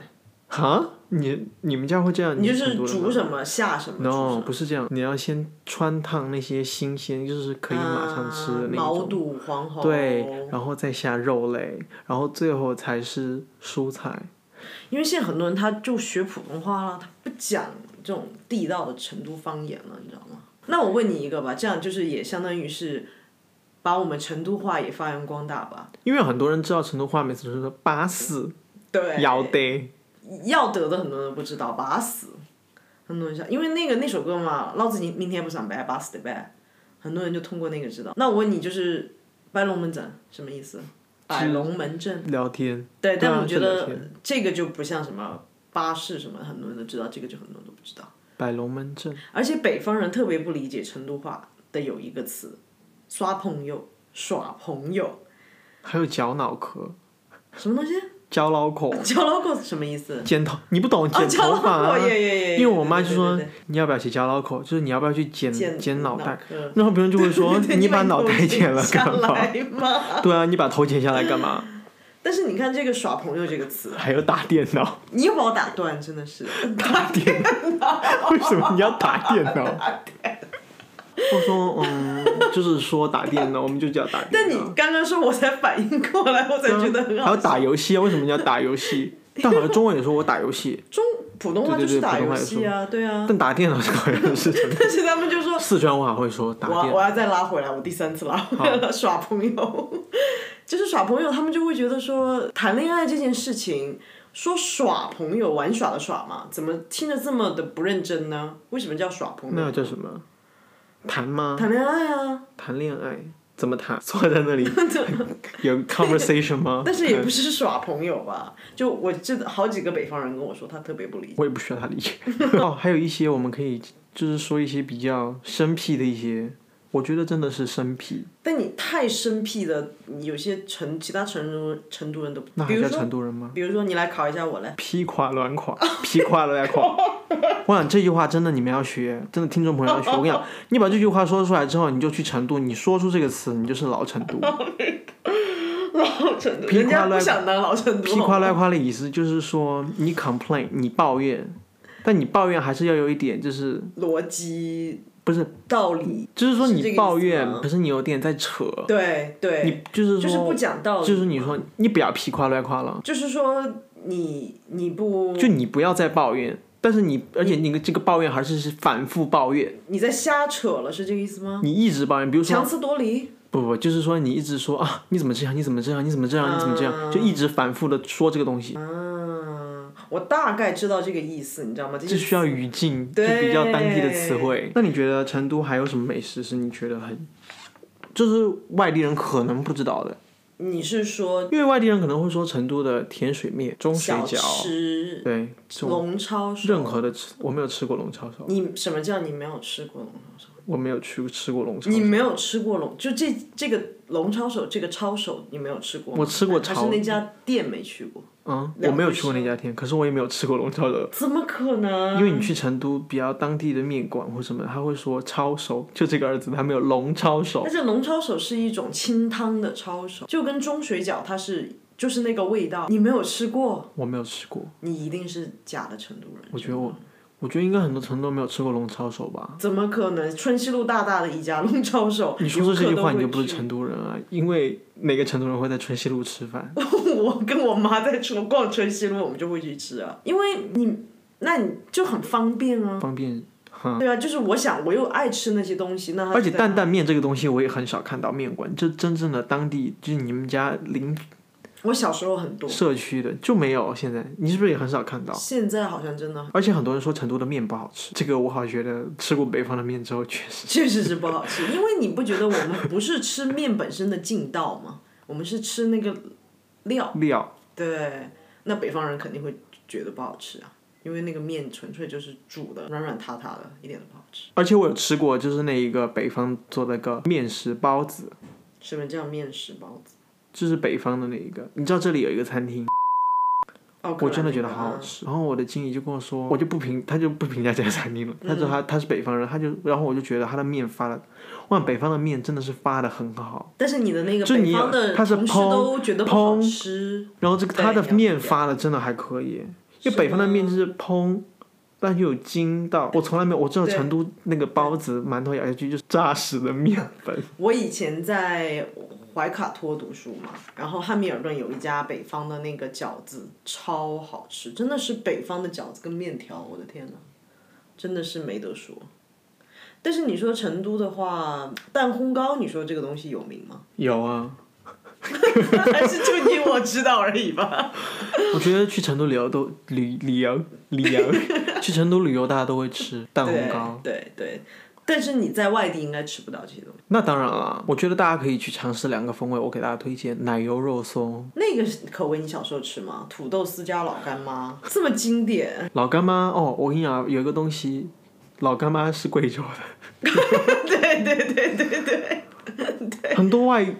[SPEAKER 1] 哈，你你们家会这样？
[SPEAKER 2] 你就
[SPEAKER 1] 们
[SPEAKER 2] 是
[SPEAKER 1] 成都人哦
[SPEAKER 2] 煮什么下什么，煮什
[SPEAKER 1] ？No，
[SPEAKER 2] 么
[SPEAKER 1] 不是这样，你要先穿烫那些新鲜，就是可以马上吃的那
[SPEAKER 2] 啊毛
[SPEAKER 1] 种，
[SPEAKER 2] 肚、黄喉，
[SPEAKER 1] 对，然后再下肉类，然后最后才是蔬菜。
[SPEAKER 2] 因为现在很多人他就学普通话了，他不讲这种地道的成都方言了，你知道吗？那我问你一个吧，这样就是也相当于是把我们成都话也发扬光大吧？
[SPEAKER 1] 因为很多人知道成都话，每次都说巴死、
[SPEAKER 2] 对，
[SPEAKER 1] 要得，
[SPEAKER 2] 要得的很多人不知道，把死，很多人想，因为那个那首歌嘛，老子明明天不上班，把死的班，很多人就通过那个知道。那我问你，就是摆龙门阵什么意思？摆龙门阵。
[SPEAKER 1] 聊天。
[SPEAKER 2] 对，但
[SPEAKER 1] 啊
[SPEAKER 2] 我觉
[SPEAKER 1] 是聊
[SPEAKER 2] 得这个就不像什么巴士什么，很多人都知道，这个就很多人都不知道。
[SPEAKER 1] 摆龙门阵，
[SPEAKER 2] 而且北方人特别不理解成都话的有一个词，耍朋友，耍朋友，
[SPEAKER 1] 还有绞脑壳、
[SPEAKER 2] 什么东西？
[SPEAKER 1] 绞脑壳、
[SPEAKER 2] 交 logo 是什么意思？
[SPEAKER 1] 剪头，你不懂
[SPEAKER 2] 啊，
[SPEAKER 1] 剪
[SPEAKER 2] 交
[SPEAKER 1] 头发、啊
[SPEAKER 2] logo，耶耶耶！
[SPEAKER 1] 因为我妈就
[SPEAKER 2] 对
[SPEAKER 1] 说
[SPEAKER 2] 对对
[SPEAKER 1] 你要不要写绞脑壳，就是你要不要去剪
[SPEAKER 2] 对对
[SPEAKER 1] 剪脑袋，
[SPEAKER 2] 壳
[SPEAKER 1] 然后别人就会说
[SPEAKER 2] <laughs> 对对
[SPEAKER 1] 你
[SPEAKER 2] 你
[SPEAKER 1] 把脑袋剪了
[SPEAKER 2] 下
[SPEAKER 1] 干嘛？
[SPEAKER 2] 来吗？
[SPEAKER 1] 对啊，你把头剪下来
[SPEAKER 2] <laughs>
[SPEAKER 1] 干嘛？
[SPEAKER 2] 但是你看这个“耍朋友”这个词，
[SPEAKER 1] 还要打电
[SPEAKER 2] <laughs>
[SPEAKER 1] 脑，
[SPEAKER 2] 你又把我打断，真的是。
[SPEAKER 1] 打电脑？为什么你要打电脑？我说嗯，就是说打电脑，我们就叫打
[SPEAKER 2] <laughs> 但
[SPEAKER 1] 电
[SPEAKER 2] 你
[SPEAKER 1] 脑。
[SPEAKER 2] 刚刚说，我才反应过来，我才觉得很
[SPEAKER 1] 还
[SPEAKER 2] 好
[SPEAKER 1] 有打游戏啊？为什么你要打游戏？
[SPEAKER 2] <laughs>
[SPEAKER 1] 但好像中文也说我打游戏，
[SPEAKER 2] 中普通话
[SPEAKER 1] 对对对
[SPEAKER 2] 就是打
[SPEAKER 1] 普通
[SPEAKER 2] 游
[SPEAKER 1] 话也
[SPEAKER 2] 戏啊，对啊。
[SPEAKER 1] 但打电脑是好像是什么？
[SPEAKER 2] 但是他们就说，
[SPEAKER 1] 四川话会说打
[SPEAKER 2] 我
[SPEAKER 1] 电
[SPEAKER 2] 要我要再拉回来，我第三次拉回来了， <laughs> 耍朋友， <laughs> 就是耍朋友，他们就会觉得说谈恋爱这件事情，说耍朋友玩耍的耍嘛，怎么听着这么的不认真呢？为什么叫耍朋友？
[SPEAKER 1] 那叫什么？谈吗？
[SPEAKER 2] 谈恋爱啊，
[SPEAKER 1] 谈恋爱怎么谈？坐在
[SPEAKER 2] <laughs>
[SPEAKER 1] 那里有 conversation 吗？
[SPEAKER 2] 但是也不是耍朋友吧？就我记得好几个北方人跟我说，他特别不理解。
[SPEAKER 1] 我也不需要他理解。 <laughs> 哦，还有一些我们可以就是说一些比较生僻的一些，我觉得真的是生僻，
[SPEAKER 2] 但你太生僻的，你有些成其他成都成都人都，
[SPEAKER 1] 那
[SPEAKER 2] 比
[SPEAKER 1] 还
[SPEAKER 2] 如
[SPEAKER 1] 叫
[SPEAKER 2] 说
[SPEAKER 1] 成都人吗？
[SPEAKER 2] 比如说你来考一下我来，
[SPEAKER 1] 劈垮软垮，劈垮软
[SPEAKER 2] <laughs>
[SPEAKER 1] 垮。我想这句话真的你们要学，真的听众朋友要
[SPEAKER 2] <laughs>
[SPEAKER 1] 学。我跟你讲，你把这句话说出来之后，你就去成都，你说出这个词，你就是老成都。
[SPEAKER 2] 老成都，
[SPEAKER 1] 劈
[SPEAKER 2] 人
[SPEAKER 1] 夸
[SPEAKER 2] 家
[SPEAKER 1] 乱
[SPEAKER 2] 不想当老成都，
[SPEAKER 1] 劈夸赖夸的意思就是说，你 complain，你抱怨，但你抱怨还是要有一点，就是
[SPEAKER 2] 逻辑
[SPEAKER 1] 不是，
[SPEAKER 2] 道理，
[SPEAKER 1] 就是说
[SPEAKER 2] 是这个
[SPEAKER 1] 你
[SPEAKER 2] 意思
[SPEAKER 1] 抱怨，
[SPEAKER 2] 吗
[SPEAKER 1] 可是你有点在扯，
[SPEAKER 2] 对对，
[SPEAKER 1] 你就是
[SPEAKER 2] 就是
[SPEAKER 1] 说
[SPEAKER 2] 不，讲道理，
[SPEAKER 1] 就是你说你不要劈夸赖夸了，
[SPEAKER 2] 就是说你你不嗯
[SPEAKER 1] 就你不要再抱怨，但是你而且你这个抱怨还是是反复抱怨，
[SPEAKER 2] 你在瞎扯了，是这个意思吗？
[SPEAKER 1] 你一直抱怨，比如说
[SPEAKER 2] 强词夺理，
[SPEAKER 1] 不不，就是说你一直说啊，你怎么这样？你怎么这样？你怎么这样？你怎么这样？就一直反复的说这个东西，
[SPEAKER 2] 嗯，我大概知道这个意思，你知道吗？这
[SPEAKER 1] 这
[SPEAKER 2] 是
[SPEAKER 1] 需要语境，就
[SPEAKER 2] 对
[SPEAKER 1] 比较当地的词汇。那你觉得成都还有什么美食是你觉得很，就是外地人可能不知道的？
[SPEAKER 2] 你是说
[SPEAKER 1] 因为外地人可能会说成都的甜水面、中水
[SPEAKER 2] 小
[SPEAKER 1] 饺，
[SPEAKER 2] 吃
[SPEAKER 1] 对，这种
[SPEAKER 2] 龙抄手？
[SPEAKER 1] 任何的吃，我没有吃过龙抄手，
[SPEAKER 2] 你什么叫你没有吃过龙抄手？
[SPEAKER 1] 我没有去吃过龙抄
[SPEAKER 2] 你
[SPEAKER 1] 手，
[SPEAKER 2] 没有吃过龙，就这这个龙抄手这个抄手你没有吃过吗？
[SPEAKER 1] 我吃过
[SPEAKER 2] 还
[SPEAKER 1] 抄
[SPEAKER 2] 是那家店没去过？
[SPEAKER 1] 嗯，
[SPEAKER 2] 两
[SPEAKER 1] 我没有
[SPEAKER 2] 回
[SPEAKER 1] 去过
[SPEAKER 2] 事
[SPEAKER 1] 那家店，可是我也没有吃过龙抄手。
[SPEAKER 2] 怎么可能？
[SPEAKER 1] 因为你去成都比较当地的面馆或什么，他会说抄手，就这个儿子他没有龙抄手，
[SPEAKER 2] 但是龙抄手是一种清汤的抄手，就跟中水饺它是就是那个味道，你没有吃过，
[SPEAKER 1] 我没有吃过，
[SPEAKER 2] 你一定是假的成都人。
[SPEAKER 1] 我觉得我我觉得应该很多成都没有吃过龙抄手吧。
[SPEAKER 2] 怎么可能？春熙路大大的一家龙抄手，
[SPEAKER 1] 你说出这句话，你就不是
[SPEAKER 2] 成。
[SPEAKER 1] 成都人啊！因为哪个成都人会在春熙路吃饭？
[SPEAKER 2] <laughs> 我跟我妈在出逛春熙路，我们就会去吃啊，因为你那你就很方便啊。
[SPEAKER 1] 方便，哈、
[SPEAKER 2] 对啊，就是我想我又爱吃那些东西，那它
[SPEAKER 1] 而且
[SPEAKER 2] 就在
[SPEAKER 1] 担担面这个东西，我也很少看到面馆，就真正的当地，就是你们家邻
[SPEAKER 2] 我小时候很多，
[SPEAKER 1] 社区的就没有。现在你是不是也很少看到？
[SPEAKER 2] 现在好像真的
[SPEAKER 1] 而且很多人说成都的面不好吃，这个我好像觉得吃过北方的面之后，确实
[SPEAKER 2] 确实是不好吃，因为你不觉得我们不是吃面本身的劲道吗？我们是吃那个料，
[SPEAKER 1] 料
[SPEAKER 2] 对，那北方人肯定会觉得不好吃啊，因为那个面纯粹就是煮的软软塌塌的，一点都不好吃。
[SPEAKER 1] 而且我有吃过，就是那一个北方做的个面食包子，
[SPEAKER 2] 什么叫面食包子？
[SPEAKER 1] 就是北方的那一个。你知道这里有一个餐厅，
[SPEAKER 2] 奥克
[SPEAKER 1] 我
[SPEAKER 2] 兰
[SPEAKER 1] 真的觉
[SPEAKER 2] 那
[SPEAKER 1] 得
[SPEAKER 2] 个啊
[SPEAKER 1] 好好吃。然后我的经理就跟我说，我就不评，他就不评价这家餐厅了。他说他他是北方人，他就，然后我就觉得他的面发的，哇，北方的面真的是发的很好。
[SPEAKER 2] 但是你的那个
[SPEAKER 1] 就你
[SPEAKER 2] 北方的
[SPEAKER 1] 它
[SPEAKER 2] 同
[SPEAKER 1] 是
[SPEAKER 2] 事都觉得不好吃，
[SPEAKER 1] 然后这个
[SPEAKER 2] 对
[SPEAKER 1] 它的
[SPEAKER 2] 了
[SPEAKER 1] 面
[SPEAKER 2] 解
[SPEAKER 1] 发的真的还可以，因
[SPEAKER 2] 是
[SPEAKER 1] 为北方的
[SPEAKER 2] 吗
[SPEAKER 1] 面就是蓬，但又有筋道。我从来没有，我知道
[SPEAKER 2] 对
[SPEAKER 1] 成都那个包子、馒头咬下去就是扎实的面粉。
[SPEAKER 2] 我以前在怀卡托读书嘛，然后汉密尔顿有一家北方的那个饺子超好吃，真的是北方的饺子跟面条，我的天呐，真的是没得说。但是你说成都的话，蛋烘糕，你说这个东西有名吗？ <laughs>
[SPEAKER 1] 有啊，
[SPEAKER 2] 还是就你我知道而已吧。
[SPEAKER 1] 我觉得去成都旅游都旅旅
[SPEAKER 2] <laughs>
[SPEAKER 1] 游旅游，去成都旅游大家都会吃蛋烘糕。
[SPEAKER 2] 对对对，但是你在外地应该吃不到这些东西。
[SPEAKER 1] 那当然了，我觉得大家可以去尝试两个风味，我给大家推荐奶油肉松。
[SPEAKER 2] 那个口味你小时候吃吗？土豆丝加老干妈，这么经典。
[SPEAKER 1] 老干妈哦，我跟你讲，有一个东西，老干妈是贵州的，
[SPEAKER 2] <laughs> 对对对对
[SPEAKER 1] <laughs>
[SPEAKER 2] 对，
[SPEAKER 1] 很多啊外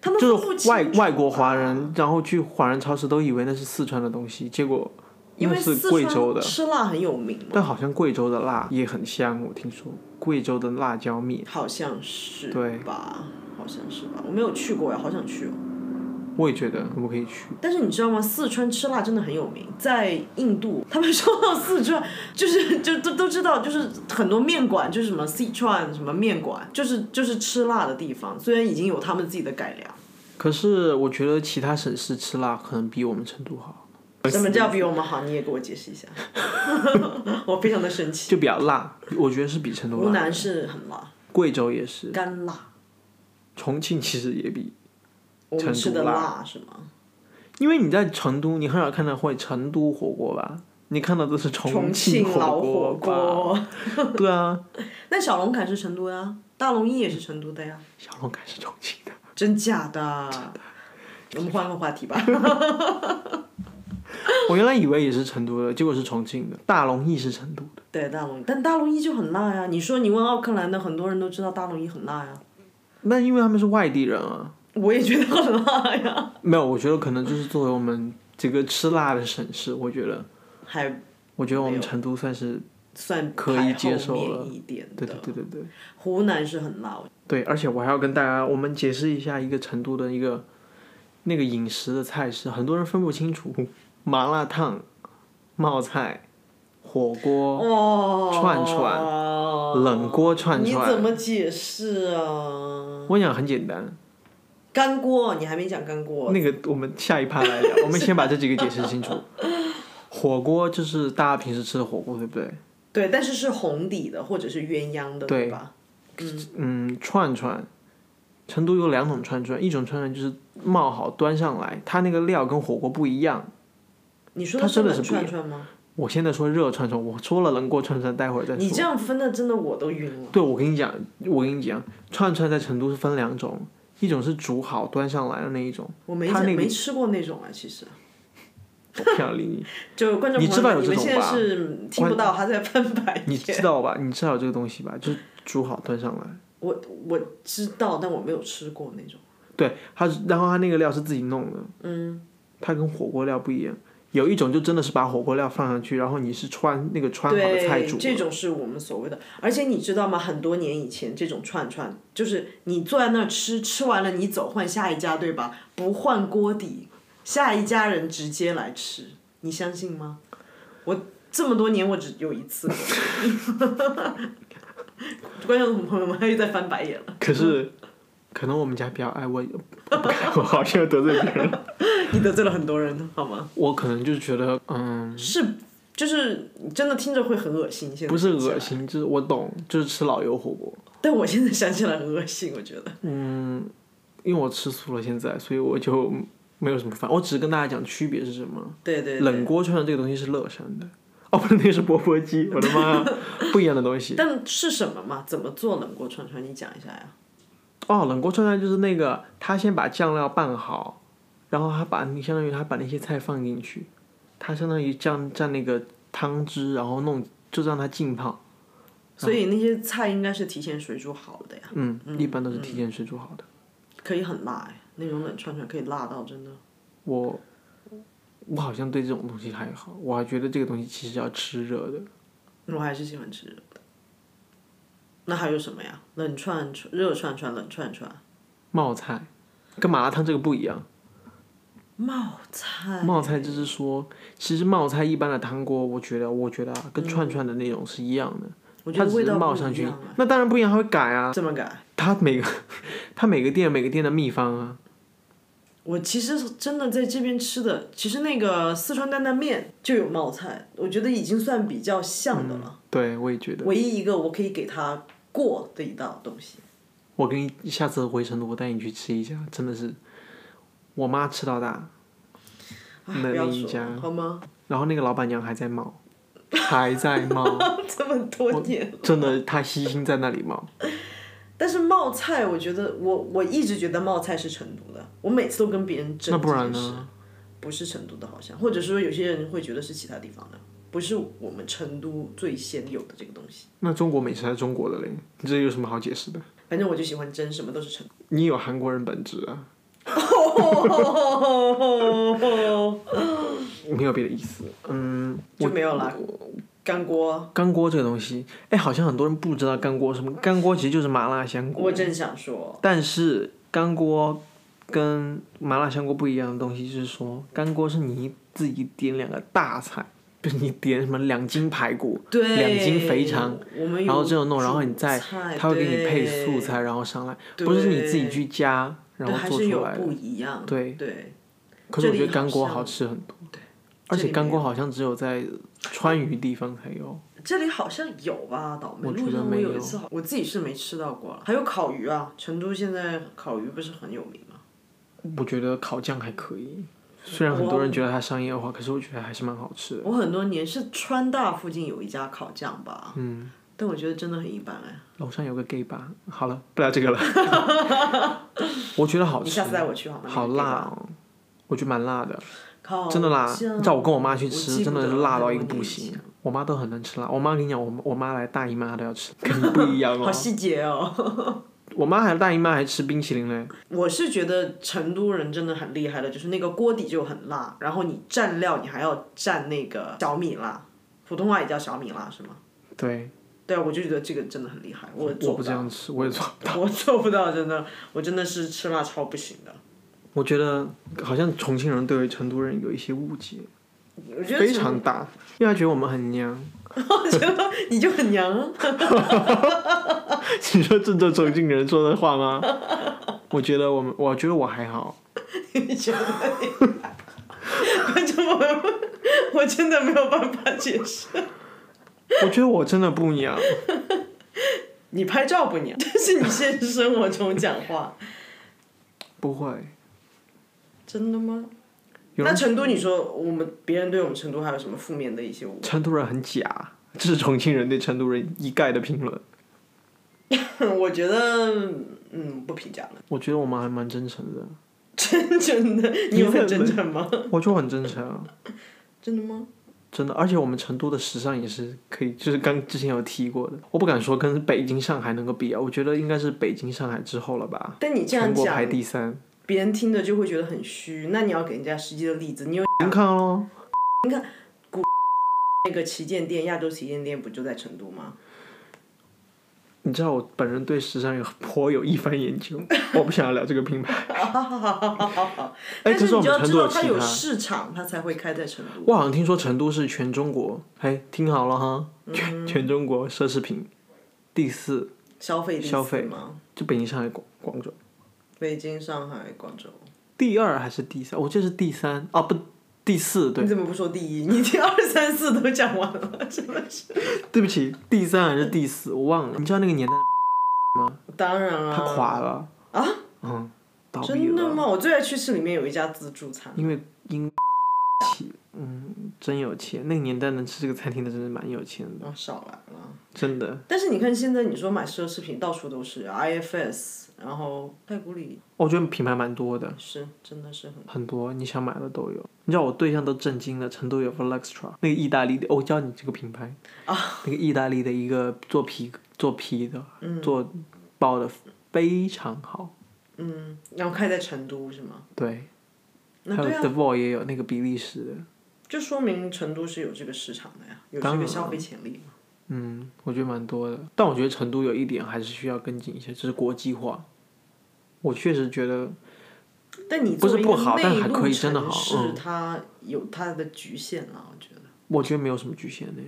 [SPEAKER 2] 他们
[SPEAKER 1] 就
[SPEAKER 2] 不
[SPEAKER 1] 是
[SPEAKER 2] 清
[SPEAKER 1] 外
[SPEAKER 2] 楚
[SPEAKER 1] 外国华人，然后去华人超市都以为那是四川的东西，结果
[SPEAKER 2] 因
[SPEAKER 1] 那
[SPEAKER 2] 为
[SPEAKER 1] 是
[SPEAKER 2] 四
[SPEAKER 1] 贵
[SPEAKER 2] 川
[SPEAKER 1] 州的，
[SPEAKER 2] 吃辣很有名嘛，
[SPEAKER 1] 但好像贵州的辣也很香，我听说贵州的辣椒面，
[SPEAKER 2] 好像是
[SPEAKER 1] 对
[SPEAKER 2] 吧？好像是吧？我没有去过呀，好想去哦。
[SPEAKER 1] 我也觉得我们可以去。
[SPEAKER 2] 但是你知道吗？四川吃辣真的很有名，在印度，他们说到四川，就是就都都知道，就是很多面馆，就是什么四川什么面馆，就是就是吃辣的地方。虽然已经有他们自己的改良，
[SPEAKER 1] 可是我觉得其他省市吃辣可能比我们成都好，
[SPEAKER 2] 什么叫比我们好？你也给我解释
[SPEAKER 1] <laughs>
[SPEAKER 2] 一下，我非常的生气。
[SPEAKER 1] 就比较辣，我觉得是比成都
[SPEAKER 2] 湖
[SPEAKER 1] 辣。
[SPEAKER 2] 南是很辣，
[SPEAKER 1] 贵州也是，
[SPEAKER 2] 干辣，
[SPEAKER 1] 重庆其实也比，
[SPEAKER 2] 我
[SPEAKER 1] 成
[SPEAKER 2] 们
[SPEAKER 1] 都
[SPEAKER 2] 吃的
[SPEAKER 1] 辣
[SPEAKER 2] 辣是吗？
[SPEAKER 1] 因为你在成都，你很少看到会成都火锅吧？你看到都是
[SPEAKER 2] 重
[SPEAKER 1] 庆
[SPEAKER 2] 庆老
[SPEAKER 1] 火
[SPEAKER 2] 火
[SPEAKER 1] 吧？
[SPEAKER 2] 锅。
[SPEAKER 1] 对啊，
[SPEAKER 2] <laughs> 那小龙坎是成都呀，大龙燚也是成都的呀，
[SPEAKER 1] 小龙坎是重庆的。
[SPEAKER 2] 真假的？我们换个话题吧。
[SPEAKER 1] <laughs> 我原来以为也是成都的，结果是重庆的。大龙燚是成都的，
[SPEAKER 2] 对大龙燚，但大龙燚就很辣呀。你说你问奥克兰的，很多人都知道大龙燚很辣呀。
[SPEAKER 1] 那因为他们是外地人
[SPEAKER 2] <laughs>
[SPEAKER 1] 啊。
[SPEAKER 2] 我也觉得很辣呀，
[SPEAKER 1] 没有，我觉得可能就是作为我们这个吃辣的省市，我觉得，
[SPEAKER 2] 还
[SPEAKER 1] 我觉得我们成都算是
[SPEAKER 2] 算
[SPEAKER 1] 可以接受
[SPEAKER 2] 排后
[SPEAKER 1] 了
[SPEAKER 2] 面一点
[SPEAKER 1] 对
[SPEAKER 2] 的。
[SPEAKER 1] 对对对对
[SPEAKER 2] 湖南是很辣，
[SPEAKER 1] 对，而且我还要跟大家我们解释一下一个成都的一个那个饮食的菜式，很多人分不清楚麻辣烫、冒菜、火锅、
[SPEAKER 2] 哦，
[SPEAKER 1] 串串冷锅串
[SPEAKER 2] 你
[SPEAKER 1] 串。
[SPEAKER 2] 怎么解释啊？
[SPEAKER 1] 我想很简单，
[SPEAKER 2] 干锅，你还没讲干锅，
[SPEAKER 1] 那个我们下一趴来聊，我们先把这几个解释清楚。火锅就是大家平时吃的火锅，对不对？
[SPEAKER 2] 对，但是是红底的或者是鸳鸯的，
[SPEAKER 1] 对
[SPEAKER 2] 对吧？
[SPEAKER 1] 嗯，串串，成都有两种串串，一种串串就是冒好端上来，它那个料跟火锅不一样。
[SPEAKER 2] 你说
[SPEAKER 1] 它真的
[SPEAKER 2] 冷
[SPEAKER 1] 是不一
[SPEAKER 2] 串串吗？
[SPEAKER 1] 我现在说热串串，我说了冷锅串串，待会儿再
[SPEAKER 2] 你
[SPEAKER 1] 说。
[SPEAKER 2] 这样分的真的我都晕了。
[SPEAKER 1] 对，我跟你讲，我跟你讲，串串在成都是分两种，一种是煮好端上来的那一种，
[SPEAKER 2] 我没
[SPEAKER 1] 他
[SPEAKER 2] 见
[SPEAKER 1] 那个
[SPEAKER 2] 没吃过那种啊，其实
[SPEAKER 1] 我不想理你。
[SPEAKER 2] 就观众
[SPEAKER 1] 你
[SPEAKER 2] 朋
[SPEAKER 1] 知
[SPEAKER 2] 友
[SPEAKER 1] 道
[SPEAKER 2] 们，
[SPEAKER 1] 有这
[SPEAKER 2] 你们
[SPEAKER 1] 种
[SPEAKER 2] 现在
[SPEAKER 1] 吧
[SPEAKER 2] 是听不到他在翻白
[SPEAKER 1] 你
[SPEAKER 2] 眼。
[SPEAKER 1] 知道吧？你知道有这个东西吧？就是煮好端上来。
[SPEAKER 2] 我我知道，但我没有吃过那种。
[SPEAKER 1] 对，它是然后它那个料是自己弄的，嗯，它跟火锅料不一样。有一种就真的是把火锅料放上去，然后你是穿那个穿好的菜
[SPEAKER 2] 对，
[SPEAKER 1] 煮，
[SPEAKER 2] 这种是我们所谓的。而且你知道吗？很多年以前，这种串串就是你坐在那儿吃，吃完了你走换下一家，对吧？不换锅底，下一家人直接来吃，你相信吗？我这么多年我只有一次过。 <laughs> 观众朋友们又在翻白眼了。
[SPEAKER 1] 可是可能我们家比较爱我， <laughs> 我不敢我好像又得罪别人了。
[SPEAKER 2] 你得罪了很多人，好吗？
[SPEAKER 1] 我可能就是觉得，嗯，
[SPEAKER 2] 是，就是真的听着会很恶心。现在
[SPEAKER 1] 不是
[SPEAKER 2] 想起来
[SPEAKER 1] 恶，心，就是我懂，就是吃老油火锅，
[SPEAKER 2] 但我现在想起来很恶心，我觉得。
[SPEAKER 1] 因为我吃素了现在，所以我就没有什么饭。我只是跟大家讲区别是什么。
[SPEAKER 2] 对对对。
[SPEAKER 1] 冷锅串串这个东西是乐山的，哦，不是，那个是钵钵鸡，我的妈呀，不一样的东西。
[SPEAKER 2] 但是什么嘛？怎么做冷锅串串？你讲一下呀。
[SPEAKER 1] 哦，冷锅串串就是那个，他先把酱料拌好，然后他把你相当于他把那些菜放进去，他相当于蘸蘸那个汤汁，然后弄就让它浸泡。
[SPEAKER 2] 所以那些菜应该是提前水煮好的呀，
[SPEAKER 1] 嗯，一般都是提前水煮好的。
[SPEAKER 2] 可以很辣哎，那种冷串串可以辣到真的。
[SPEAKER 1] 我我好像对这种东西还好，我还觉得这个东西其实要吃热的。
[SPEAKER 2] 我还是喜欢吃热的。那还有什么呀？冷串串、热串串、冷串串、
[SPEAKER 1] 冒菜跟麻辣烫这个不一样，
[SPEAKER 2] 冒菜。
[SPEAKER 1] 冒菜就是说，其实冒菜一般的汤锅，我觉得我觉得啊，跟串串的那种是一样的，
[SPEAKER 2] 嗯我觉
[SPEAKER 1] 它
[SPEAKER 2] 得
[SPEAKER 1] 只
[SPEAKER 2] 味
[SPEAKER 1] 是
[SPEAKER 2] 道
[SPEAKER 1] 冒
[SPEAKER 2] 不
[SPEAKER 1] 上
[SPEAKER 2] 一
[SPEAKER 1] 去
[SPEAKER 2] 样，
[SPEAKER 1] 那当然不一样，它会改啊，
[SPEAKER 2] 啊。这么改？
[SPEAKER 1] 它每个 <laughs> 它每个店有每个店的秘方啊，
[SPEAKER 2] 我其实真的在这边吃的，其实那个四川担担面就有冒菜，我觉得已经算比较像的了。
[SPEAKER 1] 对，嗯我也觉得。
[SPEAKER 2] 唯一一个我可以给它过的一道东西，
[SPEAKER 1] 我跟你下次回成都，我带你去吃一下，真的是，我妈吃到大，
[SPEAKER 2] 哎，
[SPEAKER 1] 那
[SPEAKER 2] 不
[SPEAKER 1] 那
[SPEAKER 2] 要
[SPEAKER 1] 一
[SPEAKER 2] 说
[SPEAKER 1] 家
[SPEAKER 2] 了好吗？
[SPEAKER 1] 然后那个老板娘还在冒，还在冒，
[SPEAKER 2] <laughs> 这么多年，
[SPEAKER 1] <laughs> 真的，她悉心在那里冒。
[SPEAKER 2] 但是冒菜，我觉得我我一直觉得冒菜是成都的，我每次都跟别人争
[SPEAKER 1] 那不
[SPEAKER 2] 这
[SPEAKER 1] 然
[SPEAKER 2] 件事
[SPEAKER 1] 呢？
[SPEAKER 2] 不是成都的，好像，或者说有些人会觉得是其他地方的，不是我们成都最先有的这个东西。
[SPEAKER 1] 那中国美食还是中国的嘞，这有什么好解释的？
[SPEAKER 2] 反正我就喜欢争，什么都是成
[SPEAKER 1] 你有韩国人本质啊，
[SPEAKER 2] 都，
[SPEAKER 1] 没有别的意思。嗯，
[SPEAKER 2] 就没有啦。
[SPEAKER 1] <laughs>
[SPEAKER 2] 干锅，
[SPEAKER 1] 干锅这个东西，哎，好像很多人不知道干锅是什么，干锅其实就是麻辣香锅。
[SPEAKER 2] 我正想说，
[SPEAKER 1] 但是干锅跟麻辣香锅不一样的东西就是说，干锅是你自己点两个大菜，就是你点什么两斤排骨，
[SPEAKER 2] 对，
[SPEAKER 1] 两斤肥肠，
[SPEAKER 2] 我们有
[SPEAKER 1] 然后这种弄，然后你
[SPEAKER 2] 主
[SPEAKER 1] 再
[SPEAKER 2] 菜
[SPEAKER 1] 他会给你配
[SPEAKER 2] 哎
[SPEAKER 1] 素
[SPEAKER 2] 对
[SPEAKER 1] 菜，然后上来，
[SPEAKER 2] 对
[SPEAKER 1] 不是你自己去加然
[SPEAKER 2] 对还
[SPEAKER 1] 后做
[SPEAKER 2] 是
[SPEAKER 1] 出
[SPEAKER 2] 有
[SPEAKER 1] 来的。
[SPEAKER 2] 不一样，
[SPEAKER 1] 对
[SPEAKER 2] 对，
[SPEAKER 1] 可是我
[SPEAKER 2] 这里
[SPEAKER 1] 觉得干锅
[SPEAKER 2] 好像
[SPEAKER 1] 好吃很多，
[SPEAKER 2] 对
[SPEAKER 1] 而
[SPEAKER 2] 这
[SPEAKER 1] 且
[SPEAKER 2] 里
[SPEAKER 1] 干锅好像只有在川渝地方才有。
[SPEAKER 2] 这里好像有吧，倒霉
[SPEAKER 1] 我觉
[SPEAKER 2] 路
[SPEAKER 1] 得
[SPEAKER 2] 上我
[SPEAKER 1] 没
[SPEAKER 2] 有
[SPEAKER 1] 有
[SPEAKER 2] 一次好，我自己是没吃到过了。还有烤鱼啊，成都现在烤鱼不是很有名吗？
[SPEAKER 1] 我觉得烤酱还可以，虽然很多人觉得它商业化，可是我觉得还是蛮好吃的。
[SPEAKER 2] 我很多年是川大附近有一家烤酱吧，嗯，但我觉得真的很一般哎。
[SPEAKER 1] 楼上有个 gay 吧，好了，不聊这个了。
[SPEAKER 2] <laughs>
[SPEAKER 1] <laughs> 我觉得好
[SPEAKER 2] 你
[SPEAKER 1] 吃
[SPEAKER 2] 下，次带我去好吗？
[SPEAKER 1] 好辣哦，我觉得蛮辣的，
[SPEAKER 2] 烤
[SPEAKER 1] 真的辣。
[SPEAKER 2] 酱
[SPEAKER 1] 你知道我跟我妈去
[SPEAKER 2] 哦我
[SPEAKER 1] 吃，
[SPEAKER 2] 记不
[SPEAKER 1] 真的
[SPEAKER 2] 得
[SPEAKER 1] 是
[SPEAKER 2] 了
[SPEAKER 1] 辣到
[SPEAKER 2] 很
[SPEAKER 1] 一个
[SPEAKER 2] 多
[SPEAKER 1] 不
[SPEAKER 2] 年以
[SPEAKER 1] 行
[SPEAKER 2] 前。
[SPEAKER 1] 我妈都很能吃辣，我妈跟你讲，我我妈来大姨妈都要吃，跟你不一
[SPEAKER 2] <laughs>
[SPEAKER 1] 样
[SPEAKER 2] 好
[SPEAKER 1] 哦。
[SPEAKER 2] 细节哦。
[SPEAKER 1] 我妈还大姨妈还吃冰淇淋嘞，
[SPEAKER 2] 我是觉得成都人真的很厉害的，就是那个锅底就很辣，然后你蘸料你还要蘸那个小米辣，普通话也叫小米辣是吗？
[SPEAKER 1] 对，
[SPEAKER 2] 对啊，我就觉得这个真的很厉害，我做
[SPEAKER 1] 我不这
[SPEAKER 2] 到
[SPEAKER 1] 样吃，我也做。
[SPEAKER 2] 我做不到，真的，我真的是吃辣超不行的。
[SPEAKER 1] 我觉得好像重庆人对于成都人有一些误解，
[SPEAKER 2] 我觉得
[SPEAKER 1] 非常大，因为他觉得我们很
[SPEAKER 2] <laughs>
[SPEAKER 1] 娘。
[SPEAKER 2] 你就很娘， <laughs>
[SPEAKER 1] 你说这这重庆人说的话吗？ <laughs> 我觉得我们，我觉得我还好。
[SPEAKER 2] 你觉得你？观众朋友们，我真的没有办法解释。
[SPEAKER 1] 我觉得我真的不娘，
[SPEAKER 2] 你拍照不娘，这是你现实生活中讲话， <laughs>
[SPEAKER 1] 不会。
[SPEAKER 2] 真的吗？
[SPEAKER 1] 有
[SPEAKER 2] 那
[SPEAKER 1] 人
[SPEAKER 2] 成都，你说我们别人对我们成都还有什么负面的一些？ <laughs>
[SPEAKER 1] 成都人很假， <laughs> 这是重庆人对成都人一概的评论。
[SPEAKER 2] 我觉得，嗯，不评价 <laughs> 了。
[SPEAKER 1] 我觉得我们还蛮真诚 <laughs> 的，
[SPEAKER 2] 真诚的，你有很
[SPEAKER 1] 你怎
[SPEAKER 2] 真
[SPEAKER 1] 么
[SPEAKER 2] 诚吗？
[SPEAKER 1] 我就很真诚啊，
[SPEAKER 2] 真的吗？
[SPEAKER 1] 真的。而且我们成都的时尚也是可以，就是刚之前有提过的，我不敢说跟北京、上海能够比啊，我觉得应该是北京、上海之后了吧。
[SPEAKER 2] 但你这样
[SPEAKER 1] 全国
[SPEAKER 2] 讲，
[SPEAKER 1] 排第三，
[SPEAKER 2] 别人听着就会觉得很虚。那你要给人家实际的例子，你有
[SPEAKER 1] 您看哦，
[SPEAKER 2] 那个旗舰店，亚洲旗舰店不就在成都吗？
[SPEAKER 1] 你知道我本人对时尚有颇有一番研究， <laughs> 我不想要聊这个品牌。哎，
[SPEAKER 2] <laughs> 但
[SPEAKER 1] 这
[SPEAKER 2] 是
[SPEAKER 1] 我
[SPEAKER 2] 你就
[SPEAKER 1] 们
[SPEAKER 2] 要
[SPEAKER 1] 成
[SPEAKER 2] 知
[SPEAKER 1] 都
[SPEAKER 2] 道
[SPEAKER 1] 有
[SPEAKER 2] 它
[SPEAKER 1] 其
[SPEAKER 2] 有
[SPEAKER 1] 他。
[SPEAKER 2] 市场，它才会开在成都。
[SPEAKER 1] 我好像听说成都是全中国，哎，听好了哈，
[SPEAKER 2] 嗯
[SPEAKER 1] 全全中国奢侈品第四，
[SPEAKER 2] 消费第四
[SPEAKER 1] 消费
[SPEAKER 2] 吗？
[SPEAKER 1] 就北京、上海、广广州，
[SPEAKER 2] 北京、上海、广州。
[SPEAKER 1] 第二还是第三？我这是第三啊，不，第四，对，
[SPEAKER 2] 你怎么不说第一？你第二三四都讲完了，真的是。
[SPEAKER 1] 对不起，第三还是第四，我忘了。你知道那个年代
[SPEAKER 2] 啊当然了。
[SPEAKER 1] 它垮了啊，嗯，倒闭
[SPEAKER 2] 真的
[SPEAKER 1] 了，
[SPEAKER 2] 吗？我最爱去吃里面有一家自助餐，
[SPEAKER 1] 因为因起，嗯，真有钱，那个年代能吃这个餐厅的真是蛮有钱的，
[SPEAKER 2] 啊，少来了。
[SPEAKER 1] 真的。
[SPEAKER 2] 但是你看现在，你说买奢侈品到处都是 IFS，然后太古里
[SPEAKER 1] 我觉得品牌蛮多的，
[SPEAKER 2] 是真的是很
[SPEAKER 1] 很多你想买的都有。你知道我对象都震惊了，成都有 Flextra 那个意大利的，哦我教你这个品牌
[SPEAKER 2] 哦
[SPEAKER 1] 啊，那个意大利的一个做皮做皮的，
[SPEAKER 2] 嗯
[SPEAKER 1] 做包的非常好，
[SPEAKER 2] 嗯，然后开在成都是吗？
[SPEAKER 1] 对，
[SPEAKER 2] 那
[SPEAKER 1] 还有 The
[SPEAKER 2] 对
[SPEAKER 1] Wall 也有那个比利时的，
[SPEAKER 2] 就说明成都是有这个市场的呀，有
[SPEAKER 1] 当
[SPEAKER 2] 这个
[SPEAKER 1] 然
[SPEAKER 2] 消费潜力嘛。
[SPEAKER 1] 嗯，我觉得蛮多的。但我觉得成都有一点还是需要跟进一些，就是国际化。我确实觉得，
[SPEAKER 2] 但你
[SPEAKER 1] 不是
[SPEAKER 2] 作为一个
[SPEAKER 1] 不好但
[SPEAKER 2] 内
[SPEAKER 1] 还
[SPEAKER 2] 陆
[SPEAKER 1] 可以真的
[SPEAKER 2] 城
[SPEAKER 1] 好
[SPEAKER 2] 市
[SPEAKER 1] 嗯
[SPEAKER 2] 它有它的局限了，我觉得，
[SPEAKER 1] 我觉得没有什么局限的，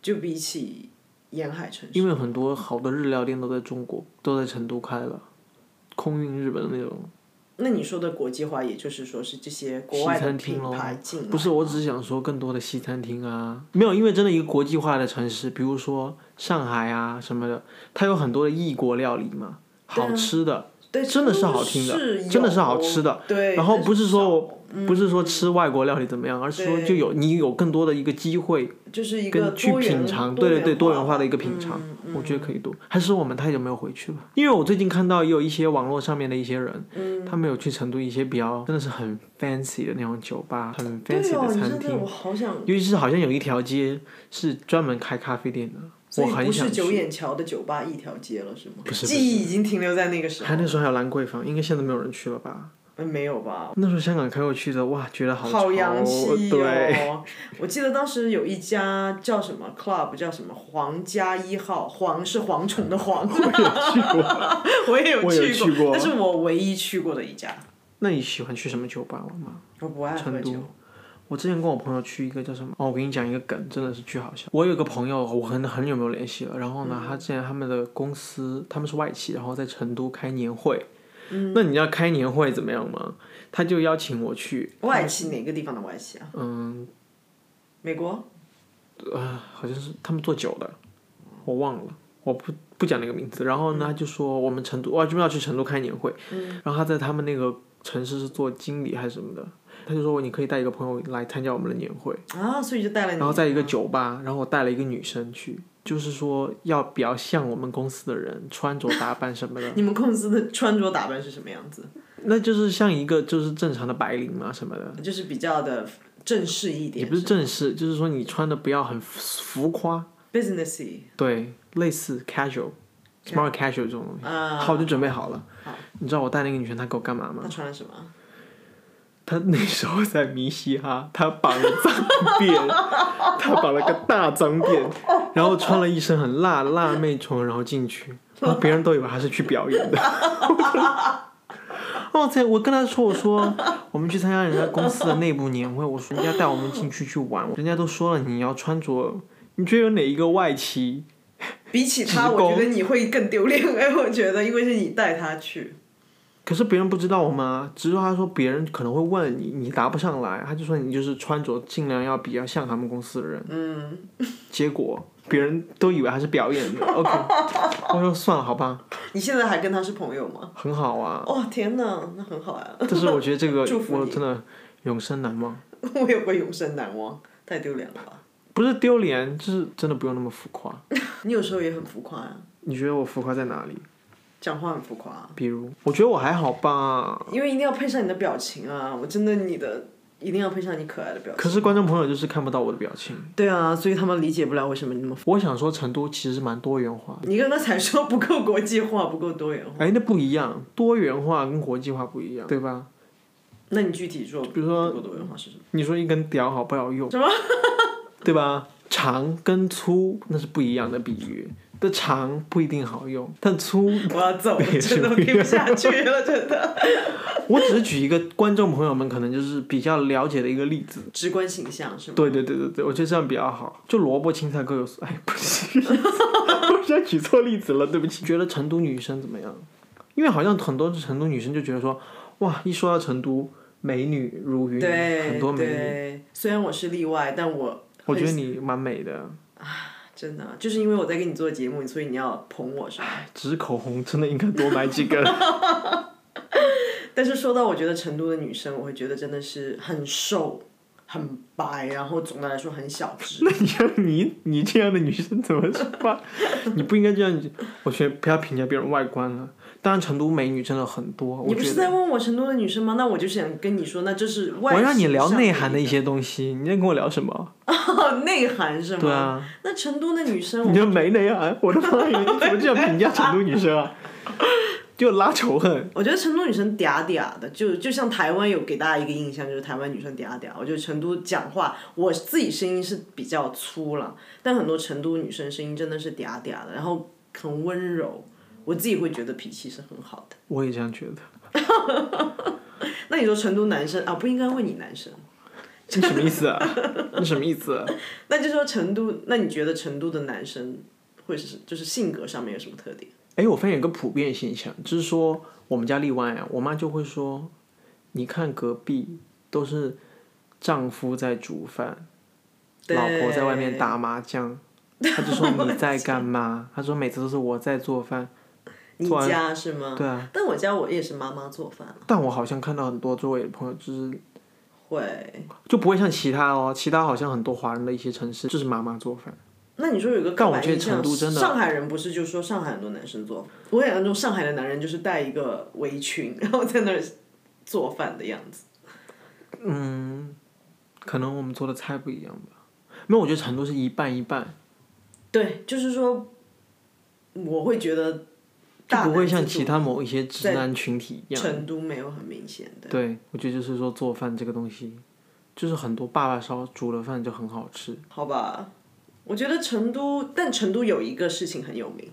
[SPEAKER 2] 就比起沿海城市，
[SPEAKER 1] 因为很多好的日料店都在中国，都在成都开了，空运日本的那种。
[SPEAKER 2] 那你说的国际化，也就是说是这些国
[SPEAKER 1] 西
[SPEAKER 2] 外的
[SPEAKER 1] 餐厅
[SPEAKER 2] 品
[SPEAKER 1] 咯
[SPEAKER 2] 牌进来
[SPEAKER 1] 不是，我只是想说更多的西餐厅啊，没有，因为真的一个国际化的城市，比如说上海啊什么的，它有很多的异国料理嘛，
[SPEAKER 2] 啊
[SPEAKER 1] 好吃的，
[SPEAKER 2] 对，
[SPEAKER 1] 真的是好听的真的是好吃
[SPEAKER 2] 的。对，
[SPEAKER 1] 然后
[SPEAKER 2] 但
[SPEAKER 1] 不是说
[SPEAKER 2] 少
[SPEAKER 1] 不是说吃外国料理怎么样，而是说就有你有更多的一个机会
[SPEAKER 2] 就是一个
[SPEAKER 1] 跟去
[SPEAKER 2] 多元
[SPEAKER 1] 品尝，对对对，多元化的一个品
[SPEAKER 2] 嗯
[SPEAKER 1] 尝，我觉得可以多。还是我们太久没有回去了，因为我最近看到也有一些网络上面的一些人，
[SPEAKER 2] 嗯
[SPEAKER 1] 他们有去成都一些比较真的是很 fancy 的那种酒吧，很
[SPEAKER 2] 对
[SPEAKER 1] fancy
[SPEAKER 2] 哦，
[SPEAKER 1] 的
[SPEAKER 2] 你
[SPEAKER 1] 餐
[SPEAKER 2] 真的
[SPEAKER 1] 厅，
[SPEAKER 2] 我好想，
[SPEAKER 1] 尤其是好像有一条街是专门开咖啡店的，
[SPEAKER 2] 所
[SPEAKER 1] 我
[SPEAKER 2] 以
[SPEAKER 1] 很
[SPEAKER 2] 不是
[SPEAKER 1] 想去。
[SPEAKER 2] 九眼桥的酒吧一条街了是吗？
[SPEAKER 1] 不是不
[SPEAKER 2] 记忆已经停留在那个时
[SPEAKER 1] 还
[SPEAKER 2] 候
[SPEAKER 1] 那时候还有兰桂坊，应该现在没有人去了吧？
[SPEAKER 2] 嗯，没有吧？
[SPEAKER 1] 那时候香港开过去的，哇，觉得潮，哦
[SPEAKER 2] 洋气
[SPEAKER 1] 对，
[SPEAKER 2] 哦！我记得当时有一家叫什么 club，叫什么皇家一号，皇是蝗虫的蝗。 <laughs> 我也
[SPEAKER 1] 我有
[SPEAKER 2] 有
[SPEAKER 1] 去过
[SPEAKER 2] 那是我唯一去过的一家。
[SPEAKER 1] 那你喜欢去什么酒吧玩吗？
[SPEAKER 2] 我不爱喝
[SPEAKER 1] 成
[SPEAKER 2] 酒
[SPEAKER 1] 都，。我之前跟我朋友去一个叫什么？哦，我跟你讲一个梗，真的是巨好笑。我有个朋友，我很很久没有联系了。然后
[SPEAKER 2] 嗯
[SPEAKER 1] 呢，他之前他们的公司他们是外企，然后在成都开年会。
[SPEAKER 2] 嗯
[SPEAKER 1] 那你知道开年会怎么样吗？他就邀请我去，
[SPEAKER 2] 外企哪个地方的外企啊？
[SPEAKER 1] 嗯，
[SPEAKER 2] 美国？
[SPEAKER 1] 呃，好像是他们做酒的，我忘了，我不不讲那个名字。然
[SPEAKER 2] 嗯
[SPEAKER 1] 后呢，他就说我们成都，我这边要去成都开年会，然后他在他们那个城市是做经理还是什么的，他就说你可以带一个朋友来参加我们的年会，
[SPEAKER 2] 啊，所以就带了你。嗯
[SPEAKER 1] 然后在一个酒吧，然后我带了一个女生去，就是说要比较像我们公司的人穿着打扮
[SPEAKER 2] <laughs>
[SPEAKER 1] 什么的，
[SPEAKER 2] 你们公司的穿着打扮是什么样子？
[SPEAKER 1] 那就是像一个就是正常的白领嘛什么的。
[SPEAKER 2] 就是比较的正式一
[SPEAKER 1] 也
[SPEAKER 2] 点
[SPEAKER 1] 不是正式，就是说你穿的不要很浮浮夸，
[SPEAKER 2] ，businessy
[SPEAKER 1] 对，类似 casual，smart casual 这种东西。
[SPEAKER 2] 啊。
[SPEAKER 1] 好，我就准备好了。
[SPEAKER 2] 好
[SPEAKER 1] 你知道我带那个女生她给我干嘛吗？
[SPEAKER 2] 他穿了什么？
[SPEAKER 1] 她那时候在迷嘻哈，她绑了脏辫， <laughs> 她绑了个大脏辫，然后穿了一身很辣的辣妹装，然后进去，然后别人都以为她是去表演的。 <laughs> 哦，在我跟她说，我说我们去参加人家公司的内部年会，我说人家带我们进去去玩，人家都说了你要穿着，你觉得有哪一个外企
[SPEAKER 2] <laughs> 比起他，
[SPEAKER 1] 职
[SPEAKER 2] 我
[SPEAKER 1] 工
[SPEAKER 2] 觉得你会更丢脸。 <laughs> 哎，我觉得，因为是你带他去，
[SPEAKER 1] 可是别人不知道吗？只是他说别人可能会问你，你答不上来，他就说你就是穿着尽量要比较像他们公司的人。
[SPEAKER 2] 嗯。
[SPEAKER 1] 结果别人都以为他是表演
[SPEAKER 2] <laughs>
[SPEAKER 1] 的。OK，我说算了，好吧，
[SPEAKER 2] 你现在还跟他是朋友吗？
[SPEAKER 1] 很好啊。
[SPEAKER 2] 哦天哪，那很好啊呀、
[SPEAKER 1] 但是我觉得这
[SPEAKER 2] <laughs>
[SPEAKER 1] 个
[SPEAKER 2] 祝福
[SPEAKER 1] 我真的永生难忘，
[SPEAKER 2] <laughs> 我也会永生难忘，太丢脸了 <laughs> 吧？
[SPEAKER 1] 不是丢脸，就是真的不用那么浮夸。
[SPEAKER 2] 你有时候也很浮夸呀、
[SPEAKER 1] 你觉得我浮夸在哪里？
[SPEAKER 2] 讲话很浮夸，
[SPEAKER 1] 比如，我觉得我还好吧。
[SPEAKER 2] 因为一定要配上你的表情啊！我真的你的一定要配上你可爱的表情。
[SPEAKER 1] 可是观众朋友就是看不到我的表情。
[SPEAKER 2] 对啊，所以他们理解不了为什么你那么。
[SPEAKER 1] 我想说，成都其实蛮多元化的。
[SPEAKER 2] 你刚刚才说不够国际化，不够多元化，
[SPEAKER 1] 哎，那不一样，多元化跟国际化不一样，对吧？
[SPEAKER 2] 那你具体说，
[SPEAKER 1] 比如说
[SPEAKER 2] 不够多元化是什么？
[SPEAKER 1] 你说一根屌好不好用？
[SPEAKER 2] <laughs>
[SPEAKER 1] 对吧？长跟粗那是不一样的比喻，但长不一定好用，但
[SPEAKER 2] <laughs>
[SPEAKER 1] 粗，
[SPEAKER 2] 我要走了，
[SPEAKER 1] <laughs> 也是
[SPEAKER 2] 真的我听不下去了，真的。
[SPEAKER 1] 我只是举一个观众朋友们可能就是比较了解的一个 <laughs> 例子。
[SPEAKER 2] 直观形象是吗？
[SPEAKER 1] 对对对对对，我觉得这样比较好。就萝卜青菜各有所，哎，不是， <laughs> 我现在举错例子了，对不起。觉得成都女生怎么样？因为好像很多成都女生就觉得说，哇，一说到成都，美女如云，
[SPEAKER 2] 对，
[SPEAKER 1] 很多美女。
[SPEAKER 2] 对，虽然我是例外，但我
[SPEAKER 1] 我觉得你蛮美的，
[SPEAKER 2] 真的就是因为我在给你做节目，所以你要捧我是吧？
[SPEAKER 1] 哎只是口红真的应该多买几根。
[SPEAKER 2] 但是说到我觉得成都的女生，我会觉得真的是很瘦、很白，然后总的来说很小
[SPEAKER 1] <laughs>
[SPEAKER 2] 只。
[SPEAKER 1] 那你让你你这样的女生怎么说话？你不应该这样，我觉得不要评价别人外观了。当然，成都美女真的很多，
[SPEAKER 2] 你
[SPEAKER 1] 我
[SPEAKER 2] 不
[SPEAKER 1] 觉
[SPEAKER 2] 是
[SPEAKER 1] 得
[SPEAKER 2] 在问我成都的女生吗？那我就想跟你说，那这是
[SPEAKER 1] 我
[SPEAKER 2] 外。
[SPEAKER 1] 让你聊内涵的一，些东西，你在跟我聊什么？
[SPEAKER 2] 哦， <laughs> 内涵是吗？
[SPEAKER 1] 对啊，
[SPEAKER 2] 那成都的女生，
[SPEAKER 1] 你
[SPEAKER 2] 我
[SPEAKER 1] <laughs> 就没内涵，我的妈呀！你怎么这样评价成都女生啊？啊就拉仇恨。
[SPEAKER 2] 我觉得成都女生嗲嗲的，就就像台湾有给大家一个印象，就是台湾女生嗲嗲。我觉得成都讲话，我自己声音是比较粗了，但很多成都女生声音真的是嗲嗲的，然后很温柔，我自己会觉得脾气是很好 <laughs> 的。
[SPEAKER 1] 我也这样觉得。
[SPEAKER 2] 那你说成都男生啊，不应该问你男生，
[SPEAKER 1] 你什么意 <laughs> 思啊？你什么意思啊？
[SPEAKER 2] 那就说成都，那你觉得成都的男生会是就是性格上面有什么特点？
[SPEAKER 1] 哎，我发现有个普遍现象，就是说我们家例外啊，我妈就会说，你看隔壁都是丈夫在煮饭，老婆在外面打麻将，她
[SPEAKER 2] <laughs>
[SPEAKER 1] 就说你在干嘛？她说每次都是我在做饭，
[SPEAKER 2] 你家是吗？
[SPEAKER 1] 对
[SPEAKER 2] 啊。但我家我也是妈妈做饭，
[SPEAKER 1] 但我好像看到很多周围的朋友就是
[SPEAKER 2] 会。
[SPEAKER 1] 就不会像其他哦，其他好像很多华人的一些城市就是妈妈做饭，
[SPEAKER 2] 那你说有一个刻
[SPEAKER 1] 但我
[SPEAKER 2] 板
[SPEAKER 1] 觉得
[SPEAKER 2] 印象
[SPEAKER 1] 成都真的
[SPEAKER 2] 上海人不是就说上海很多男生做，我想象中上海的男人就是带一个围裙，然后在那儿做饭的样子。
[SPEAKER 1] 可能我们做的菜不一样吧。没有，我觉得成都是一半一半，
[SPEAKER 2] 对，就是说，我会觉得
[SPEAKER 1] 就
[SPEAKER 2] 大
[SPEAKER 1] 不会
[SPEAKER 2] 男
[SPEAKER 1] 像
[SPEAKER 2] 子
[SPEAKER 1] 其他某一些直男群体一样。
[SPEAKER 2] 成都没有很明显的。
[SPEAKER 1] 对，我觉得就是说做饭这个东西，就是很多爸爸烧煮的饭就很好吃。 <laughs>
[SPEAKER 2] 好吧，我觉得成都，但成都有一个事情很有名，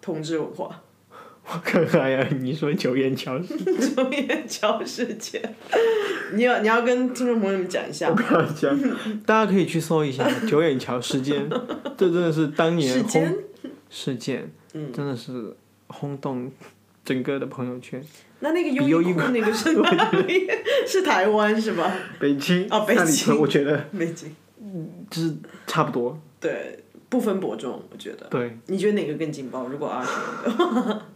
[SPEAKER 2] 同志文化， <laughs>
[SPEAKER 1] 我看看呀，你说九眼桥，
[SPEAKER 2] 中原桥事件。你要你要跟听众朋友们讲一下
[SPEAKER 1] 我，跟你讲，大家可以去搜
[SPEAKER 2] <laughs>
[SPEAKER 1] 一下九眼桥事件，这真的是当年
[SPEAKER 2] 事
[SPEAKER 1] 轰
[SPEAKER 2] 件嗯
[SPEAKER 1] 事件，真的是轰动整个的朋友圈。
[SPEAKER 2] 那那个
[SPEAKER 1] 比
[SPEAKER 2] 优衣库
[SPEAKER 1] <laughs>
[SPEAKER 2] 那个是哪里？是台湾是吧？
[SPEAKER 1] 北京
[SPEAKER 2] 哦北
[SPEAKER 1] 三里
[SPEAKER 2] 京
[SPEAKER 1] 屯我觉得
[SPEAKER 2] 没进。
[SPEAKER 1] 就是差不多，
[SPEAKER 2] 对，不分伯仲，我觉得。
[SPEAKER 1] 对，
[SPEAKER 2] 你觉得哪个更劲爆？如果二选一的话，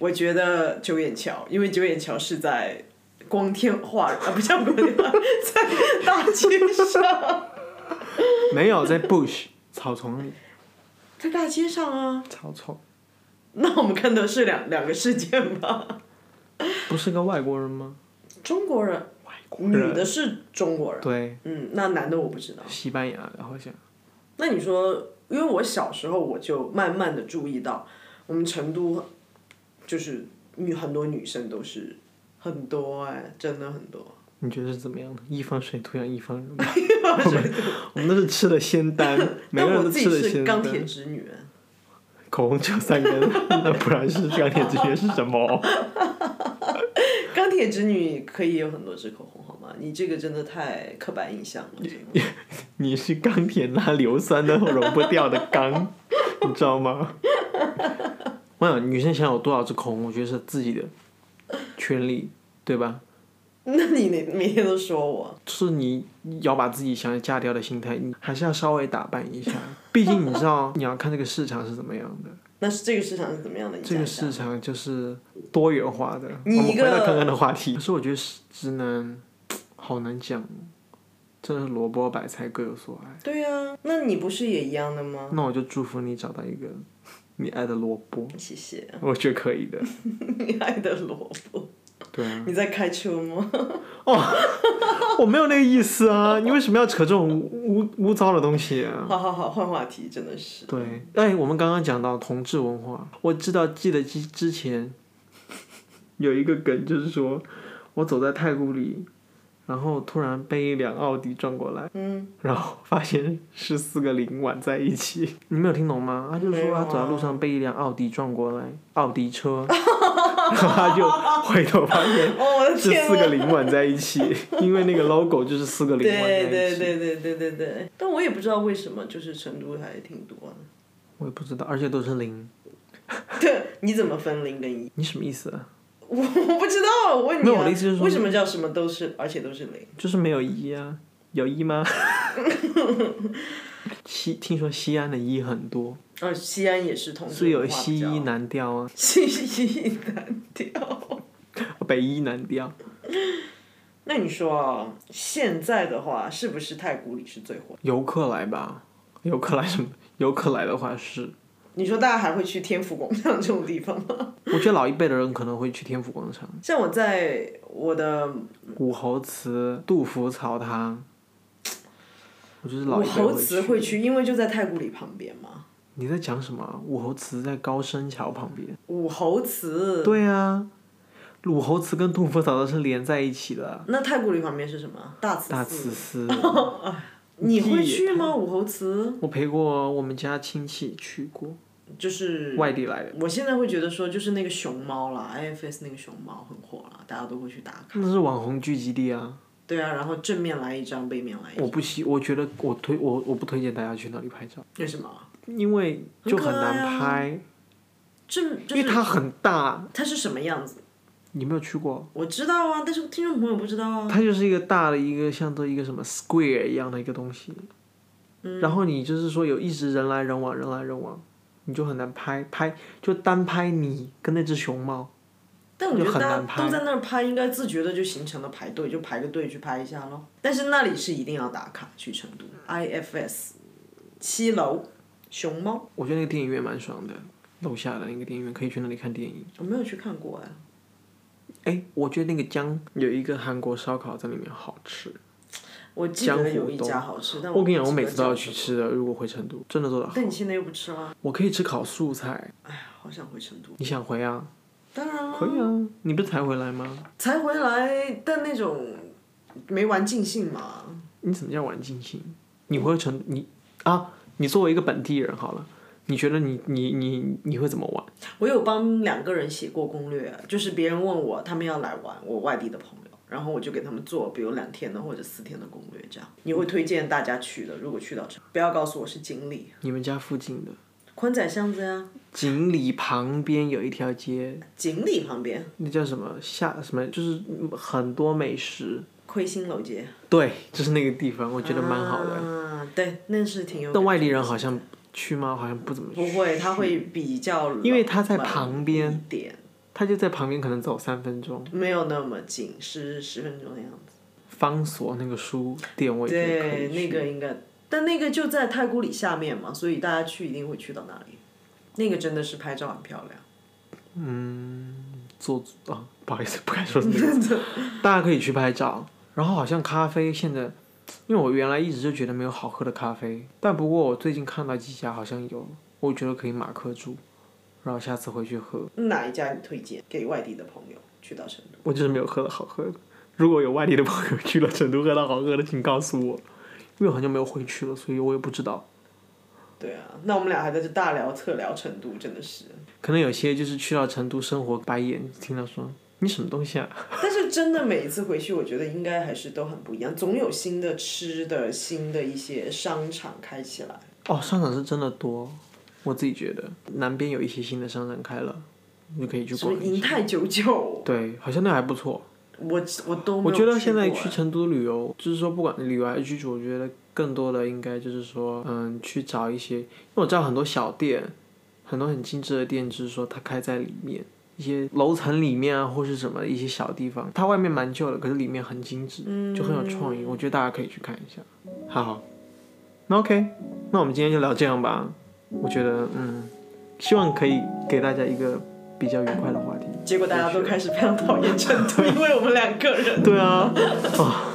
[SPEAKER 2] 我觉得九眼桥，因为九眼桥是在光天化日啊，不叫光天化日，在大街
[SPEAKER 1] <laughs>
[SPEAKER 2] 上，
[SPEAKER 1] 没有在 bush 草丛里，
[SPEAKER 2] 在大街上啊。
[SPEAKER 1] 草丛，
[SPEAKER 2] 那我们看的是两两个事件吧？
[SPEAKER 1] 不是个外国人吗？
[SPEAKER 2] 中国人，
[SPEAKER 1] 外国
[SPEAKER 2] 女
[SPEAKER 1] 人，
[SPEAKER 2] 的是中国人，
[SPEAKER 1] 对，
[SPEAKER 2] 嗯，那男的我不知道。
[SPEAKER 1] 西班牙的好像。
[SPEAKER 2] 那你说，因为我小时候我就慢慢的注意到，我们成都就是女很多女生都是很多哎，真的很多。
[SPEAKER 1] 你觉得是怎么样的？一方水土养一方
[SPEAKER 2] <laughs>
[SPEAKER 1] 人吧。我们都是吃了仙丹，每
[SPEAKER 2] 但
[SPEAKER 1] 个人
[SPEAKER 2] 我
[SPEAKER 1] 都
[SPEAKER 2] 自
[SPEAKER 1] 吃
[SPEAKER 2] 己
[SPEAKER 1] 了
[SPEAKER 2] 是
[SPEAKER 1] 仙
[SPEAKER 2] 钢
[SPEAKER 1] 丹。
[SPEAKER 2] 铁直女，啊
[SPEAKER 1] 口红只有三根，那不然是钢铁之血是什么？ <laughs>
[SPEAKER 2] 钢铁直女可以有很多支口红好吗？你这个真的太刻板印象了。真的
[SPEAKER 1] 你是钢铁拉硫酸都融不掉的钢，你知道吗？我想女生想有多少支口红，我觉得是自己的权利，对吧？
[SPEAKER 2] 那你每每天都说我，
[SPEAKER 1] 是你要把自己想要嫁掉的心态，你还是要稍微打扮一下。毕竟你知道你要看这个市场是怎么样的，
[SPEAKER 2] 那是这个市场是怎么样的？你
[SPEAKER 1] 这
[SPEAKER 2] 讲
[SPEAKER 1] 个
[SPEAKER 2] 一下。
[SPEAKER 1] 市场就是多元化的。我
[SPEAKER 2] 你
[SPEAKER 1] 们
[SPEAKER 2] 一
[SPEAKER 1] 回
[SPEAKER 2] 个
[SPEAKER 1] 到刚刚的话题，可是我觉得直男好难讲，真的是萝卜白菜各有所爱。
[SPEAKER 2] 对呀、那你不是也一样的吗？
[SPEAKER 1] 那我就祝福你找到一个你爱的萝卜，
[SPEAKER 2] 谢谢， <laughs>
[SPEAKER 1] 我觉得可以的。
[SPEAKER 2] 你爱的萝卜，
[SPEAKER 1] 对 <laughs> 啊，
[SPEAKER 2] 你在开车吗？
[SPEAKER 1] 我没有那个意思啊，你为什么要扯这种污污污糟的东西啊？
[SPEAKER 2] 好好好，换话题，真的是。
[SPEAKER 1] 对，哎，我们刚刚讲到同志文化，我知道记得之之前有一个梗，就是说我走在太古里，然后突然被一辆奥迪撞过来，嗯，然后发现是四个零挽在一起， <laughs> 你没有听懂吗？他就
[SPEAKER 2] 没
[SPEAKER 1] 说
[SPEAKER 2] 有
[SPEAKER 1] 他
[SPEAKER 2] 啊
[SPEAKER 1] 走在路上被一辆奥迪撞过来，奥迪车， <laughs> 然后他就回头发现
[SPEAKER 2] <laughs> 哦，我的
[SPEAKER 1] 是
[SPEAKER 2] 天
[SPEAKER 1] 四个
[SPEAKER 2] 呐！
[SPEAKER 1] 零挽在一 <laughs> 起，因为那个 logo 就是四个零挽在一
[SPEAKER 2] 对
[SPEAKER 1] 起。
[SPEAKER 2] 对对对对对对，但我也不知道为什么，就是成都还挺多的。
[SPEAKER 1] 我也不知道，而且都是零，
[SPEAKER 2] 对，你怎么分零跟一？ <laughs>
[SPEAKER 1] 你什么意思啊？
[SPEAKER 2] 我我不知道，我问你、
[SPEAKER 1] 没
[SPEAKER 2] 啊。
[SPEAKER 1] 有我的意思就是说
[SPEAKER 2] 为什么叫什么都是，而且都是零？
[SPEAKER 1] 就是没有一啊，有一 <laughs> 吗？西听说西安的一很多，
[SPEAKER 2] 呃，西安也是同
[SPEAKER 1] 是
[SPEAKER 2] 志
[SPEAKER 1] 有
[SPEAKER 2] 文化
[SPEAKER 1] 西
[SPEAKER 2] 比较
[SPEAKER 1] 医南调啊，
[SPEAKER 2] 西医单调。
[SPEAKER 1] 北医南调。
[SPEAKER 2] 那你说啊，现在的话，是不是太古里是最火？
[SPEAKER 1] 游客来吧，游客来什么？游客来的话是，
[SPEAKER 2] 你说大家还会去天府广场 <laughs> 这种地方吗？
[SPEAKER 1] 我觉得老一辈的人可能会去天府广场、
[SPEAKER 2] 像我在我的
[SPEAKER 1] 武侯祠、杜甫草堂，我觉得老
[SPEAKER 2] 武
[SPEAKER 1] 一辈
[SPEAKER 2] 侯
[SPEAKER 1] 会
[SPEAKER 2] 祠
[SPEAKER 1] 去。
[SPEAKER 2] 会去，因为就在太古里旁边嘛。
[SPEAKER 1] 你在讲什么？啊武侯祠在高升桥旁边。
[SPEAKER 2] 武侯祠，
[SPEAKER 1] 对啊，武侯祠跟杜甫草堂是连在一起的。
[SPEAKER 2] 那太古里旁边是什么？大慈
[SPEAKER 1] 啊大慈
[SPEAKER 2] 寺。
[SPEAKER 1] 寺，
[SPEAKER 2] 你会
[SPEAKER 1] 地
[SPEAKER 2] 去吗？武侯祠
[SPEAKER 1] 我陪过我们家亲戚去过，
[SPEAKER 2] 就是。
[SPEAKER 1] 外地来的，
[SPEAKER 2] 我现在会觉得说，就是那个熊猫啦，IFS 那个熊猫很火了，大家都会去打。
[SPEAKER 1] 那是网红聚集地啊！
[SPEAKER 2] 对啊，然后正面来一张，背面来一
[SPEAKER 1] 我
[SPEAKER 2] 张，
[SPEAKER 1] 不喜，我觉得我推我我不推荐大家去那里拍照，
[SPEAKER 2] 为什么？啊
[SPEAKER 1] 因为就很难拍，
[SPEAKER 2] 正啊就
[SPEAKER 1] 因为
[SPEAKER 2] 是
[SPEAKER 1] 它很大。
[SPEAKER 2] 它是什么样子？
[SPEAKER 1] 你没有去啊过？
[SPEAKER 2] 我知道啊，但是听众朋友不知道啊。
[SPEAKER 1] 它就是一个大的一个像做一个什么 square 一样的一个东西，
[SPEAKER 2] 嗯
[SPEAKER 1] 然后你就是说有一直人来人往，人来人往，你就很难拍拍，就单拍你跟那只熊猫。
[SPEAKER 2] 但我
[SPEAKER 1] 就
[SPEAKER 2] 觉得
[SPEAKER 1] 很
[SPEAKER 2] 大
[SPEAKER 1] 难
[SPEAKER 2] 家都在那儿拍，应该自觉的就形成了排队，就排个队去拍一下咯。但是那里是一定要打卡去成都，IFS 七楼熊猫，
[SPEAKER 1] 我觉得那个电影院蛮爽的，楼下的那个电影院可以去那里看电影。
[SPEAKER 2] 我没有去看过哎。
[SPEAKER 1] 哎，我觉得那个江有一个韩国烧烤在里面好吃，
[SPEAKER 2] 我记得有一家好吃，但
[SPEAKER 1] 我
[SPEAKER 2] 不
[SPEAKER 1] 跟你
[SPEAKER 2] 记
[SPEAKER 1] 讲，
[SPEAKER 2] 得
[SPEAKER 1] 我每次都要
[SPEAKER 2] 叫
[SPEAKER 1] 去吃的。如果回成都，真的做
[SPEAKER 2] 什
[SPEAKER 1] 的
[SPEAKER 2] 么。，但你现在又不吃了，
[SPEAKER 1] 我可以吃烤素菜。
[SPEAKER 2] 哎呀，好想回成都。
[SPEAKER 1] 你想回啊？
[SPEAKER 2] 当然了，
[SPEAKER 1] 可以啊，你不是才回来吗？
[SPEAKER 2] 才回来，但那种没玩尽兴嘛。
[SPEAKER 1] 嗯你怎么叫玩尽兴？你会成你啊？你作为一个本地人好了，你觉得你你你你会怎么玩？
[SPEAKER 2] 我有帮两个人写过攻略，就是别人问我他们要来玩，我外地的朋友，然后我就给他们做，比如两天的或者四天的攻略这样。你会推荐大家去的，如果去到这，不要告诉我是锦里，
[SPEAKER 1] 你们家附近的
[SPEAKER 2] 宽窄巷子啊呀，
[SPEAKER 1] 锦里旁边有一条街，
[SPEAKER 2] 锦里旁边
[SPEAKER 1] 那叫什么下什么？就是很多美食。
[SPEAKER 2] 亏心楼街，
[SPEAKER 1] 对，就是那个地方，我觉得蛮好的。
[SPEAKER 2] 啊，对，那是挺有。
[SPEAKER 1] 但外地人好像去吗？好像不怎么去。
[SPEAKER 2] 不会，他会比较，
[SPEAKER 1] 因为它在旁边
[SPEAKER 2] 一点，
[SPEAKER 1] 他就在旁边，可能走三分钟。
[SPEAKER 2] 没有那么近，是十分钟的样子。
[SPEAKER 1] 方所那个书店我也觉得可
[SPEAKER 2] 对，
[SPEAKER 1] 以去。
[SPEAKER 2] 那个应该，但那个就在太古里下面嘛，所以大家去一定会去到那里。那个真的是拍照很漂亮。
[SPEAKER 1] 做啊，不好意思，不该说这个字。大家可以去拍照。然后好像咖啡现在，因为我原来一直就觉得没有好喝的咖啡，但不过我最近看到几家好像有，我觉得可以马克住，然后下次回去喝。
[SPEAKER 2] 哪一家你推荐给外地的朋友去到成都？
[SPEAKER 1] 我就是没有喝到好喝的。如果有外地的朋友去了成都喝到好喝的，请告诉我，因为我很久没有回去了，所以我也不知道。
[SPEAKER 2] 对啊，那我们俩还在这大聊特聊成都，真
[SPEAKER 1] <laughs>
[SPEAKER 2] 的是。
[SPEAKER 1] 可能有些就是去到成都生活白眼，听到说你什么东西啊？
[SPEAKER 2] 但是真的每一次回去，我觉得应该还是都很不一样，总有新的吃的、新的一些商场开起来。
[SPEAKER 1] 哦，商场是真的多，我自己觉得南边有一些新的商场开了，你就可以去
[SPEAKER 2] 什么
[SPEAKER 1] 逛。
[SPEAKER 2] 银泰九九，
[SPEAKER 1] 对，好像那还不错。
[SPEAKER 2] 我我都没有
[SPEAKER 1] 我觉得
[SPEAKER 2] 去
[SPEAKER 1] 现在
[SPEAKER 2] 过哎
[SPEAKER 1] 去成都旅游，就是说不管旅游还是居住，我觉得更多的应该就是说，嗯，去找一些，因为我知道很多小店，很多很精致的店，就是说它开在里面一些楼层里面啊，或是什么一些小地方，它外面蛮旧的，可是里面很精致，就
[SPEAKER 2] 嗯
[SPEAKER 1] 很有创意。我觉得大家可以去看一下。好，那 OK，那我们今天就聊这样吧。我觉得，嗯，希望可以给大家一个比较愉快的话题。
[SPEAKER 2] 结果大家都开始非常讨厌成都，因为我们两个人。
[SPEAKER 1] 对啊，啊，